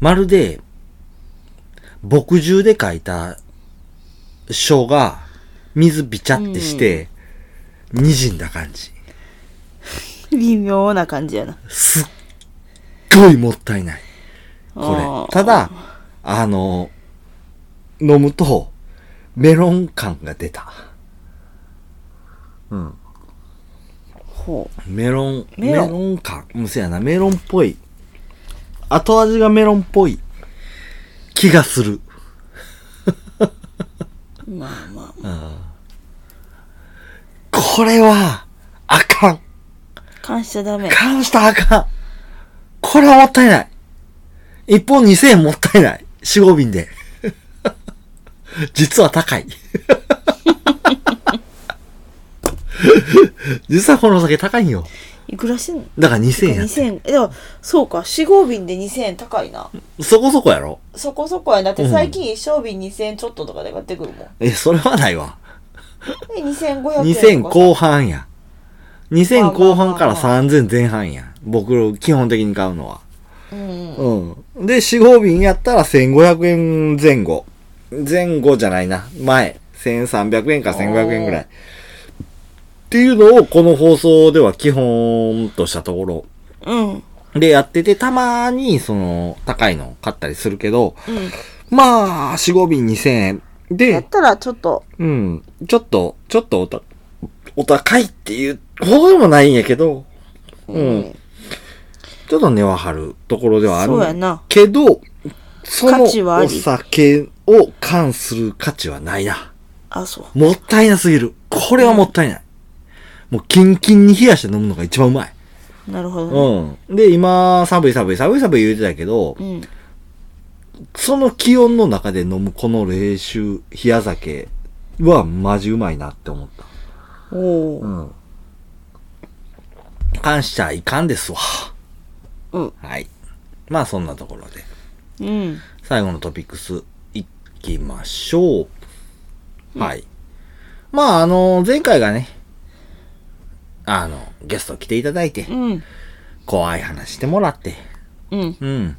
Speaker 1: まるで、墨汁で書いた書が、水びちゃってして、滲んだ感じ。
Speaker 2: 微妙な感じやな
Speaker 1: すっごいもったいない。
Speaker 2: あ
Speaker 1: こ
Speaker 2: ー
Speaker 1: れ。ただ、あの、飲むと、メロン感が出た。うん。
Speaker 2: ほ
Speaker 1: メロン、
Speaker 2: メ
Speaker 1: メ
Speaker 2: ロ
Speaker 1: ロ
Speaker 2: ン
Speaker 1: ン感。うん、せやな、メロンっぽい。後味がメロンっぽい気がする。
Speaker 2: うまあまあ
Speaker 1: これは、あかん。
Speaker 2: 感謝ダメ
Speaker 1: 感したらあかん。これはもったいない。一本二千円もったいない。四合瓶で。 実は高い。 実はこのお酒高いんよ。
Speaker 2: いくらしてんの
Speaker 1: だから二千円や。
Speaker 2: 2000円えでもそうか4合瓶で2000円高いな
Speaker 1: そこそこやろ
Speaker 2: そこそこやなだって最近一升瓶2000円ちょっととかで買ってくるもん
Speaker 1: え、それはないわ。
Speaker 2: で2500円
Speaker 1: 2000
Speaker 2: とか
Speaker 1: 後半や。
Speaker 2: まあ
Speaker 1: 2000
Speaker 2: まあまあ
Speaker 1: 後半から3000前半や。僕、基本的に買うのは。
Speaker 2: さうん
Speaker 1: うん。で、4合瓶やったら1500円前後。前後じゃないな。前。1300円から1500円ぐらい。っっていうのを、この放送では基本としたところ
Speaker 2: うん。
Speaker 1: でやってて、たまに、その、高いの買ったりするけど、
Speaker 2: うん。
Speaker 1: まあ、4、5瓶2000円。
Speaker 2: だっ
Speaker 1: で、
Speaker 2: たらちょっと、
Speaker 1: うん、ちょっと、ちょっとおた、お高いっていうほどでもないんやけど、うん。ちょっと根は張るところではあるん
Speaker 2: そうやな
Speaker 1: けど、その
Speaker 2: 価値はあり
Speaker 1: お酒を缶する価値はないな。
Speaker 2: あ、そう。
Speaker 1: もったいなすぎる。これはもったいない。もうキンキンに冷やして飲むのが一番うまい。
Speaker 2: なるほどね。
Speaker 1: うん。で、今、寒い寒い寒い寒い言うてたけど、
Speaker 2: うん。
Speaker 1: その気温の中で飲むこの冷酒、冷や酒はマジうまいなって思った。
Speaker 2: お
Speaker 1: う
Speaker 2: ー
Speaker 1: ん。感謝いかんですわ。
Speaker 2: うん。
Speaker 1: はい。まあそんなところで。
Speaker 2: うん。
Speaker 1: 最後のトピックスいきましょう。はい。まああの、前回がね、あの、ゲスト来ていただいて
Speaker 2: う、ん。
Speaker 1: 怖い話してもらって、
Speaker 2: うん。
Speaker 1: うん。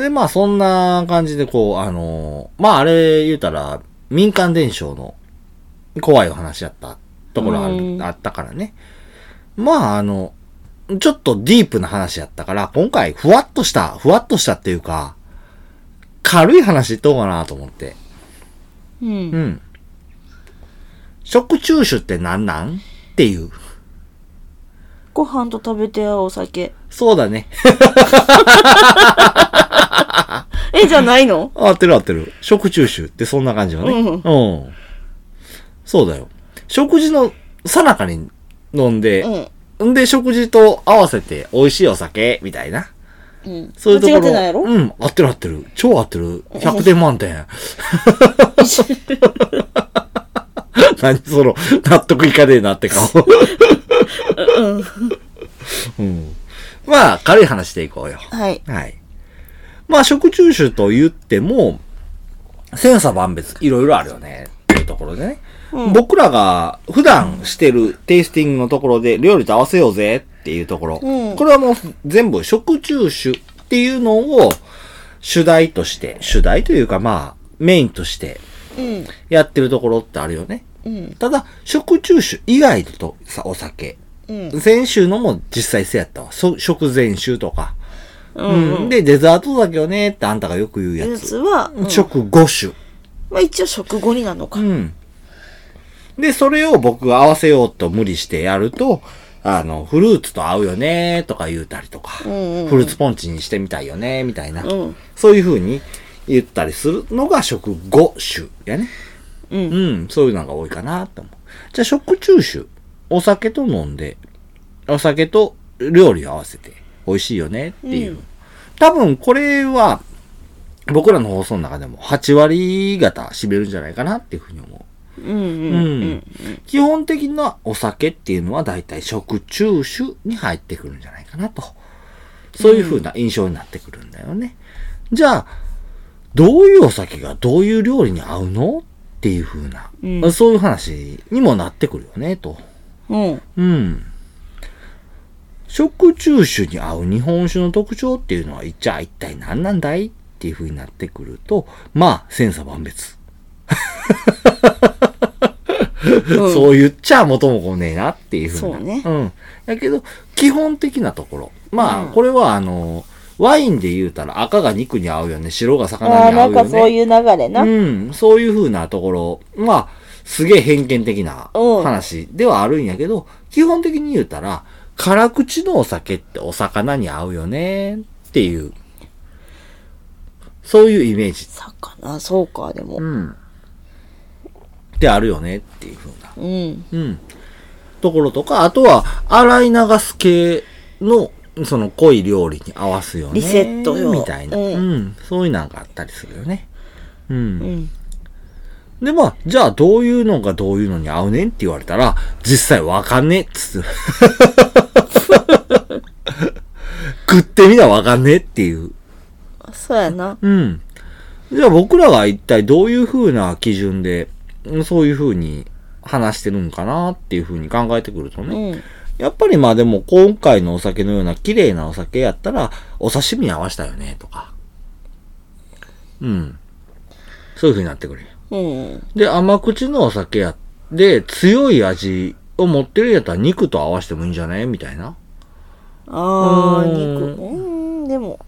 Speaker 1: で、まあそんな感じでこう、あの、まああれ言うたら、民間伝承の怖いお話やったところあ
Speaker 2: う
Speaker 1: る
Speaker 2: ん
Speaker 1: あったからね。まああの、ちょっとディープな話やったから、今回ふわっとした、ふわっとしたっていうか、軽い話いっとこうかなと思って。
Speaker 2: う。
Speaker 1: うんん。食中酒って何なんっていう。
Speaker 2: ご飯と食べてお酒。
Speaker 1: そうだね。
Speaker 2: え、じゃないの
Speaker 1: 合ってる合ってる。食中酒ってそんな感じよね。うん。そうだよ。食事のさなかに飲んで、
Speaker 2: うん。
Speaker 1: ん、で食事と合わせて美味しいお酒、みたいな。
Speaker 2: うん。
Speaker 1: そういうところ。
Speaker 2: 間違ってないやろ
Speaker 1: うん、合ってる合ってる。超合ってる。100点満 点。何その、納得いかねえなって顔。うん。まあ、軽い話していこうよ。
Speaker 2: はい。
Speaker 1: はい。まあ、食中酒と言っても、千差万別、いろいろあるよね、っていうところでね。
Speaker 2: うん
Speaker 1: 僕らが普段してるテイスティングのところで料理と合わせようぜっていうところ。
Speaker 2: うん
Speaker 1: これはもう全部食中酒っていうのを主題として、主題というかまあ、メインとして
Speaker 2: うん。
Speaker 1: やってるところってあるよね。
Speaker 2: うん。
Speaker 1: ただ、食中酒以外だとさ、お酒。
Speaker 2: うん。
Speaker 1: 前週のも実際せやったわ。そ食前酒とか。
Speaker 2: うん。うん。
Speaker 1: で、デザートだけよねってあんたがよく言うや
Speaker 2: や
Speaker 1: つ。
Speaker 2: つは、うん
Speaker 1: 食後酒。
Speaker 2: まあ一応食後になるのか
Speaker 1: う。ん。で、それを僕が合わせようと無理してやると、あの、フルーツと合うよねとか言うたりとか、
Speaker 2: うんうん
Speaker 1: フルーツポンチにしてみたいよねみたいな、
Speaker 2: うん
Speaker 1: そういう風に言ったりするのが食後酒やね。
Speaker 2: う。
Speaker 1: うんん、そういうのが多いかなと思う。じゃあ食中酒、お酒と飲んで、お酒と料理を合わせて美味しいよねっていう。
Speaker 2: うん
Speaker 1: 多分これは僕らの放送の中でも8割方占めるんじゃないかなっていうふうに思う。
Speaker 2: うん。うん。
Speaker 1: うん基本的なお酒っていうのは大体食中酒に入ってくるんじゃないかなと。そういう風な印象になってくるんだよね。じゃあ、どういうお酒がどういう料理に合うのっていう風な、
Speaker 2: うん
Speaker 1: そういう話にもなってくるよね、と。
Speaker 2: うん。
Speaker 1: うん。食中酒に合う日本酒の特徴っていうのは、じゃあ一体何なんだいっていう風になってくると、まあ、千差万別。
Speaker 2: う ん
Speaker 1: そう言っちゃ元も子もねえなっていうふうな。
Speaker 2: そうね
Speaker 1: ん。だけど、基本的なところ。まあ、
Speaker 2: うん
Speaker 1: これはあの、ワインで言うたら赤が肉に合うよね、白が
Speaker 2: あ
Speaker 1: 魚
Speaker 2: あ、
Speaker 1: に合
Speaker 2: な
Speaker 1: うんよ
Speaker 2: か
Speaker 1: ね。
Speaker 2: そういう流れな。
Speaker 1: うん、そういうふうなところ。まあ、すげえ偏見的な
Speaker 2: うん
Speaker 1: 話ではあるんやけど、基本的に言うたら、辛口のお酒ってお魚に合うよねっていう、そういうイメージ。
Speaker 2: 魚、そうか、でも
Speaker 1: う。ん。ってあるよねっていうふうな。
Speaker 2: うん。
Speaker 1: うん。ところとか、あとは、洗い流す系の、その濃い料理に合わすよね。
Speaker 2: リセットよ
Speaker 1: みたいな、
Speaker 2: うん
Speaker 1: うん。そういうなんかあったりするよね。う。
Speaker 2: うんん。
Speaker 1: で、まあ、じゃあどういうのがどういうのに合うねんって言われたら、実際わかんねえっつって。 食ってみなわかんねえっていう。
Speaker 2: そうやな。
Speaker 1: うん。じゃあ僕らが一体どういう風な基準で、うんそういう風に話してるんかなっていう風に考えてくると
Speaker 2: う
Speaker 1: ね。
Speaker 2: ん。
Speaker 1: やっぱりまあでも今回のお酒のような綺麗なお酒やったら、お刺身に合わせたよね、とか。うん。そういう風になってくるよ。
Speaker 2: うん。
Speaker 1: で、甘口のお酒や、で、強い味を持ってるやったら肉と合わせてもいいんじゃないみたいな。
Speaker 2: ああ、
Speaker 1: うん
Speaker 2: 肉。うーん、でも。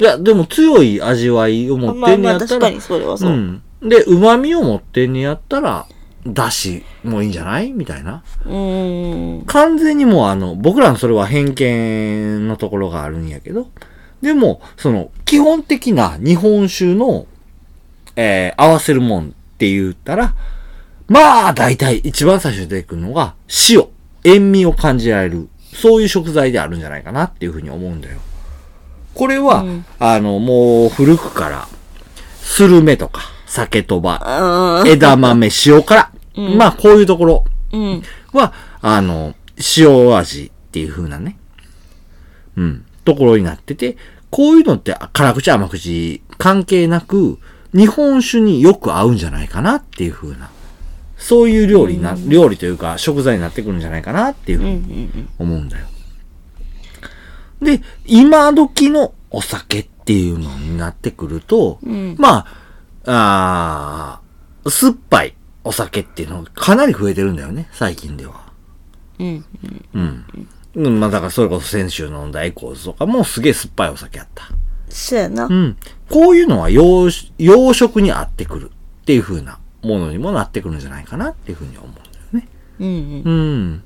Speaker 1: いや、でも強い味わいを持っ
Speaker 2: まあ
Speaker 1: てんね
Speaker 2: ま
Speaker 1: や
Speaker 2: あ、
Speaker 1: った
Speaker 2: 確
Speaker 1: ら
Speaker 2: か、にそれはそうう。
Speaker 1: ん。で、旨味を持ってんねやったら、だしもいいんじゃないみたいな。
Speaker 2: うーん。
Speaker 1: 完全にもうあの、僕らのそれは偏見のところがあるんやけど、でも、その、基本的な日本酒の、えー合わせるもんって言ったら、まあ、大体一番最初に出てくるのが、塩、塩味を感じられる、そういう食材であるんじゃないかなっていうふうに思うんだよ。これは、
Speaker 2: うん
Speaker 1: あの、もう古くから、スルメとか、酒とば、
Speaker 2: ああ、
Speaker 1: 枝豆、塩辛、
Speaker 2: うん
Speaker 1: まあ、こういうところ
Speaker 2: うん。
Speaker 1: は、あの、塩味っていう風なね、うん、ところになってて、こういうのって辛口甘口関係なく、日本酒によく合うんじゃないかなっていう風な、そういう料理な、料理というか食材になってくるんじゃないかなっていう
Speaker 2: う
Speaker 1: 風
Speaker 2: んう
Speaker 1: に
Speaker 2: ん
Speaker 1: 思うんだよ。で、今時のお酒っていうのになってくると、
Speaker 2: うん
Speaker 1: まあ、あー酸っぱいお酒っていうのがかなり増えてるんだよね、最近では。
Speaker 2: うん。うん。
Speaker 1: うん。うんまあだからそれこそ先週飲んだエコーズとかもすげえ酸っぱいお酒やった。
Speaker 2: そうやな
Speaker 1: う。ん。こういうのは洋酒洋食に合ってくるっていう風なものにもなってくるんじゃないかなっていう風に思うんだよね。
Speaker 2: うんうん。
Speaker 1: うん。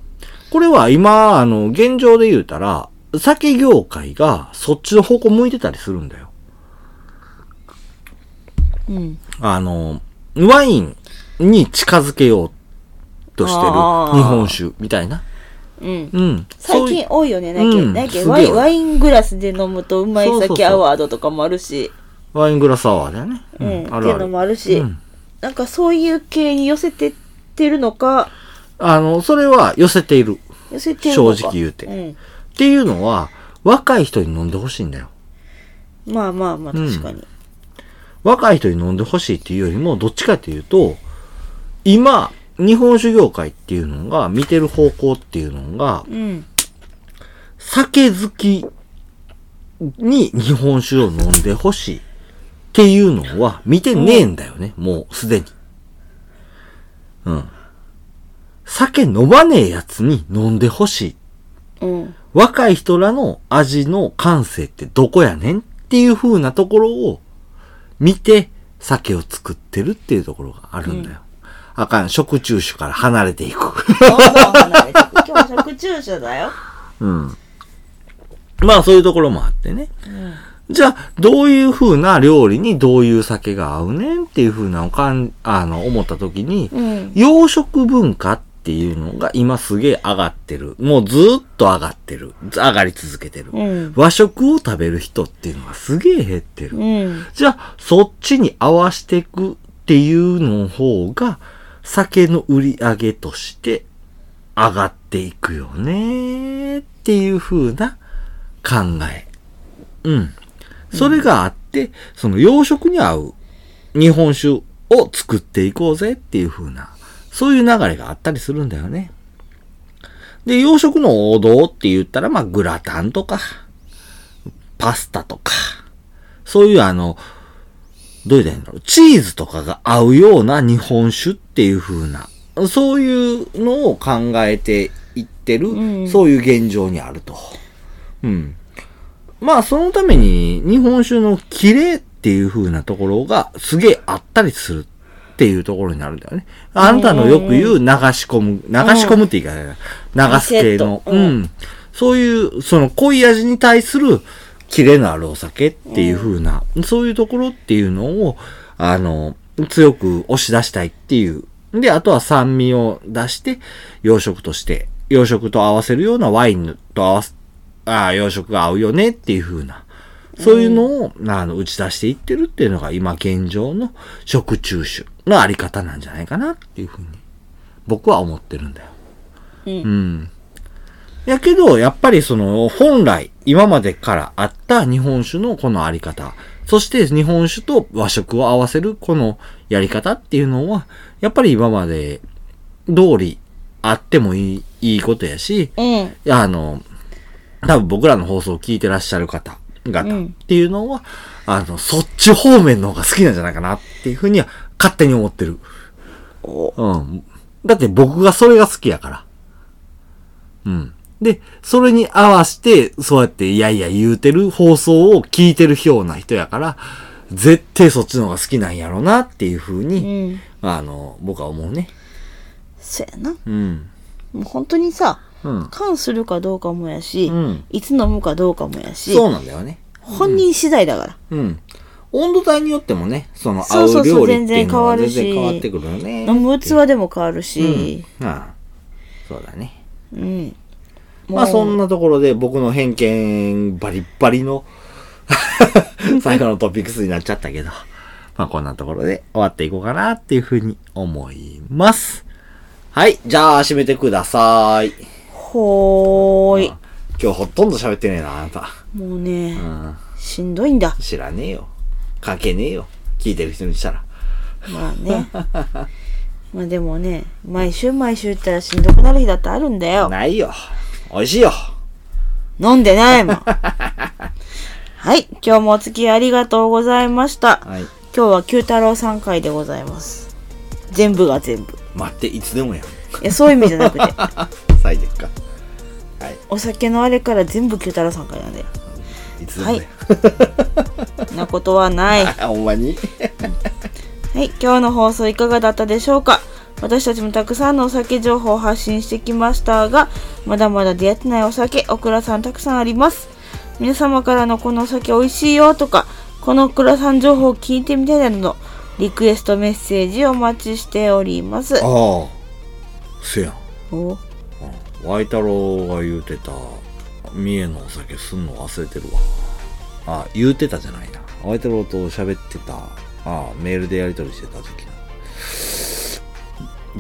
Speaker 1: これは今、あの、現状で言うたら、酒業界がそっちの方向向いてたりするんだよ。
Speaker 2: うん。
Speaker 1: あの、ワインに近づけようとしてる
Speaker 2: あー
Speaker 1: 日本酒みたいな。
Speaker 2: うん。
Speaker 1: うん。
Speaker 2: 最
Speaker 1: そうい
Speaker 2: 近
Speaker 1: う
Speaker 2: 多いよね。な
Speaker 1: うんん
Speaker 2: だっけ
Speaker 1: すげえ
Speaker 2: ワインワイングラスで飲むとうまい
Speaker 1: そうそうそ
Speaker 2: 酒
Speaker 1: う
Speaker 2: アワードとかもあるし、
Speaker 1: ワイングラスアワーだよね。
Speaker 2: うん。
Speaker 1: あ
Speaker 2: って
Speaker 1: る
Speaker 2: い
Speaker 1: あ
Speaker 2: うの
Speaker 1: る。
Speaker 2: もあるし
Speaker 1: うん、
Speaker 2: なんかそういう系に寄せてってるのか、
Speaker 1: あの、それは寄せている。
Speaker 2: 寄せてるのか。
Speaker 1: 正直言うて
Speaker 2: うん。
Speaker 1: っていうのは、若い人に飲んでほしいんだよ。
Speaker 2: まあまあまあ、確かに。
Speaker 1: 若い人に飲んでほしいっていうよりも、どっちかっていうと、今、日本酒業界っていうのが、見てる方向っていうのが、
Speaker 2: うん。
Speaker 1: 酒好きに日本酒を飲んでほしいっていうのは、見てねえんだよね、もうすでに。うん。酒飲まねえやつに飲んでほしい
Speaker 2: うん。
Speaker 1: 若い人らの味の感性ってどこやねんっていう風なところを見て酒を作ってるっていうところがあるんだよ。あかん、食中酒から離れていく。
Speaker 2: どんどん離れてく今日食中酒だよ。
Speaker 1: うん。まあそういうところもあってね。
Speaker 2: うん。
Speaker 1: じゃあ、どういう風な料理にどういう酒が合うねんっていう風なのをかん、あの、思った時に、
Speaker 2: うん。
Speaker 1: 洋食文化っていうのが今すげえ上がってる。もうずーっと上がってる。上がり続けてる。
Speaker 2: うん。
Speaker 1: 和食を食べる人っていうのがすげえ減ってる。
Speaker 2: うん。
Speaker 1: じゃあ、そっちに合わしていくっていうの方が、酒の売り上げとして上がっていくよねっていう風な考え。うん。それがあって、その洋食に合う日本酒を作っていこうぜっていう風な、そういう流れがあったりするんだよね。で、洋食の王道って言ったら、まあ、グラタンとか、パスタとか、そういうあの、どう言ったらいいんだろう。チーズとかが合うような日本酒っていう風な、そういうのを考えていってる、
Speaker 2: うん
Speaker 1: そういう現状にあると。うん。まあ、そのために日本酒の綺麗っていう風なところがすげえあったりするっていうところになるんだよね。あなたのよく言う流し込む、流し込むって言い方だな流す系の、
Speaker 2: リセットう
Speaker 1: うんん、そういう、その濃い味に対するキレのあるお酒っていう風な、そういうところっていうのを、あの、強く押し出したいっていう。で、あとは酸味を出して、洋食として、洋食と合わせるようなワインと合わす、ああ、洋食が合うよねっていう風な。そういうのを、あの、打ち出していってるっていうのが今現状の食中酒のあり方なんじゃないかなっていうふうに、僕は思ってるんだよ。
Speaker 2: うん
Speaker 1: うん。やけど、やっぱりその、本来、今までからあった日本酒のこのあり方、そして日本酒と和食を合わせるこのやり方っていうのは、やっぱり今まで通りあってもいい、いいことやし、
Speaker 2: うん。
Speaker 1: いや、あの、多分僕らの放送を聞いてらっしゃる方
Speaker 2: う
Speaker 1: 々っ
Speaker 2: ん
Speaker 1: ていうのは、あの、そっち方面の方が好きなんじゃないかなっていうふうには勝手に思ってる。
Speaker 2: お
Speaker 1: うん。だって僕がそれが好きやから。うん。で、それに合わせて、そうやっていやいや言うてる放送を聞いてるような人やから、絶対そっちの方が好きなんやろなっていうふう
Speaker 2: う
Speaker 1: に、
Speaker 2: ん
Speaker 1: あの、僕は思うね。
Speaker 2: そうやなも
Speaker 1: うん。
Speaker 2: う本当にさ
Speaker 1: うん。
Speaker 2: 缶するかどうかもやし、
Speaker 1: うん
Speaker 2: いつ飲むかどうかもやし
Speaker 1: そうなんだよね。
Speaker 2: 本人次第だから、
Speaker 1: うん。温度帯によってもね、その
Speaker 2: そ
Speaker 1: 合
Speaker 2: うそううそ
Speaker 1: 料
Speaker 2: う
Speaker 1: 理っていうのは全
Speaker 2: 全然
Speaker 1: 然変
Speaker 2: 変わ
Speaker 1: わ
Speaker 2: るし
Speaker 1: ってくるよね。
Speaker 2: 飲む器でも変わるし、
Speaker 1: うん。ああそうだね。
Speaker 2: うんもう
Speaker 1: まあそんなところで僕の偏見バリッバリ の最後のトピックスになっちゃったけど、まあこんなところで終わっていこうかなっていうふうに思います。はい、じゃあ締めてください。
Speaker 2: ほーい
Speaker 1: 今日ほとんど喋ってねえな、あなた。
Speaker 2: もうね、
Speaker 1: うん、
Speaker 2: しんどいんだ
Speaker 1: 知らねえよ。関係ねえよ。聞いてる人にしたら。
Speaker 2: まあ ねまあでもね毎週毎週言ったらしんどくなる日だってあるんだよ
Speaker 1: ないよ。美味しいよ。
Speaker 2: 飲んでないも んはい今日もお付き合いありがとうございました、
Speaker 1: はい。
Speaker 2: 今日は九太郎3回でございます全部が全部
Speaker 1: 待って、いつでもや ん。
Speaker 2: いやそういう意味じゃなくて
Speaker 1: 最適か。
Speaker 2: お酒のあれから全部九太郎3回なんだよ
Speaker 1: いつでもやん。
Speaker 2: なことはない
Speaker 1: あ、ほんまに
Speaker 2: はい、今日の放送いかがだったでしょうか私たちもたくさんのお酒情報を発信してきましたが、まだまだ出会ってないお酒、オクラさんたくさんあります。皆様からのこのお酒美味しいよとか、このオクラさん情報を聞いてみたいなどのリクエストメッセージをお待ちしております。
Speaker 1: ああ。せやん。
Speaker 2: お
Speaker 1: ワイタローが言うてた、三重のお酒すんの忘れてるわ。あ、言うてたじゃないな。ワイタローと喋ってた、あメールでやり取りしてた時の。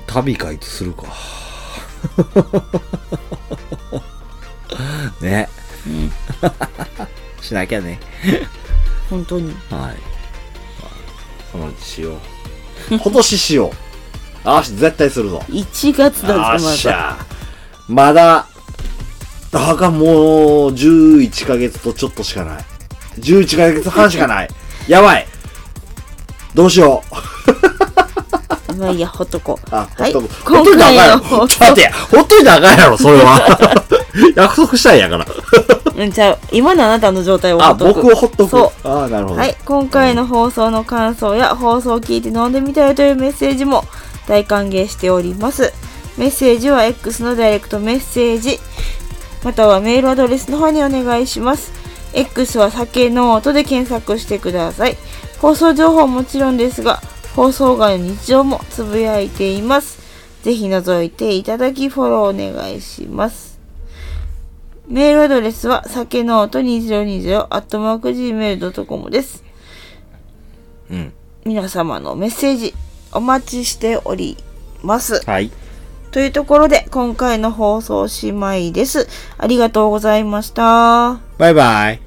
Speaker 1: 旅かいつす るか。ね。 しなきゃね。
Speaker 2: 本当に。
Speaker 1: はいまあ。このうちしよう。 今年しよう。あし、絶対するぞ。
Speaker 2: 1月
Speaker 1: あ
Speaker 2: だ
Speaker 1: っ
Speaker 2: ぞ、ま
Speaker 1: し
Speaker 2: だ。
Speaker 1: ゃまだだがもう11ヶ月とちょっとしかない11ヶ月半しかないやばいどうしよう
Speaker 2: まあいいや、ほっとこう。
Speaker 1: あ、
Speaker 2: はい、
Speaker 1: ほっとくほっとい
Speaker 2: 今
Speaker 1: たらあ
Speaker 2: 回
Speaker 1: かんや
Speaker 2: の
Speaker 1: ろ
Speaker 2: 放
Speaker 1: ちょっと待
Speaker 2: 送
Speaker 1: って。やほっといたらあかんやろそれは 約束したんやから
Speaker 2: うん、じゃあ、今のあなたの状態をほ
Speaker 1: あ
Speaker 2: っとく。
Speaker 1: 僕をほっとく
Speaker 2: そう。
Speaker 1: あなるほど
Speaker 2: はい、今回の放送の感想や放送を聞いて飲んでみたよというメッセージも大歓迎しております。メッセージは X のダイレクトメッセージ、またはメールアドレスの方にお願いします。X は酒ノートで検索してください。放送情報はもちろんですが、放送外の日常もつぶやいています。ぜひ覗いていただきフォローお願いします。メールアドレスは、さけのうと2020、アットマーク Gmail.com です。
Speaker 1: うん
Speaker 2: 皆様のメッセージ、お待ちしております。
Speaker 1: はい
Speaker 2: というところで、今回の放送おしまいです。ありがとうございました。
Speaker 1: バイバイ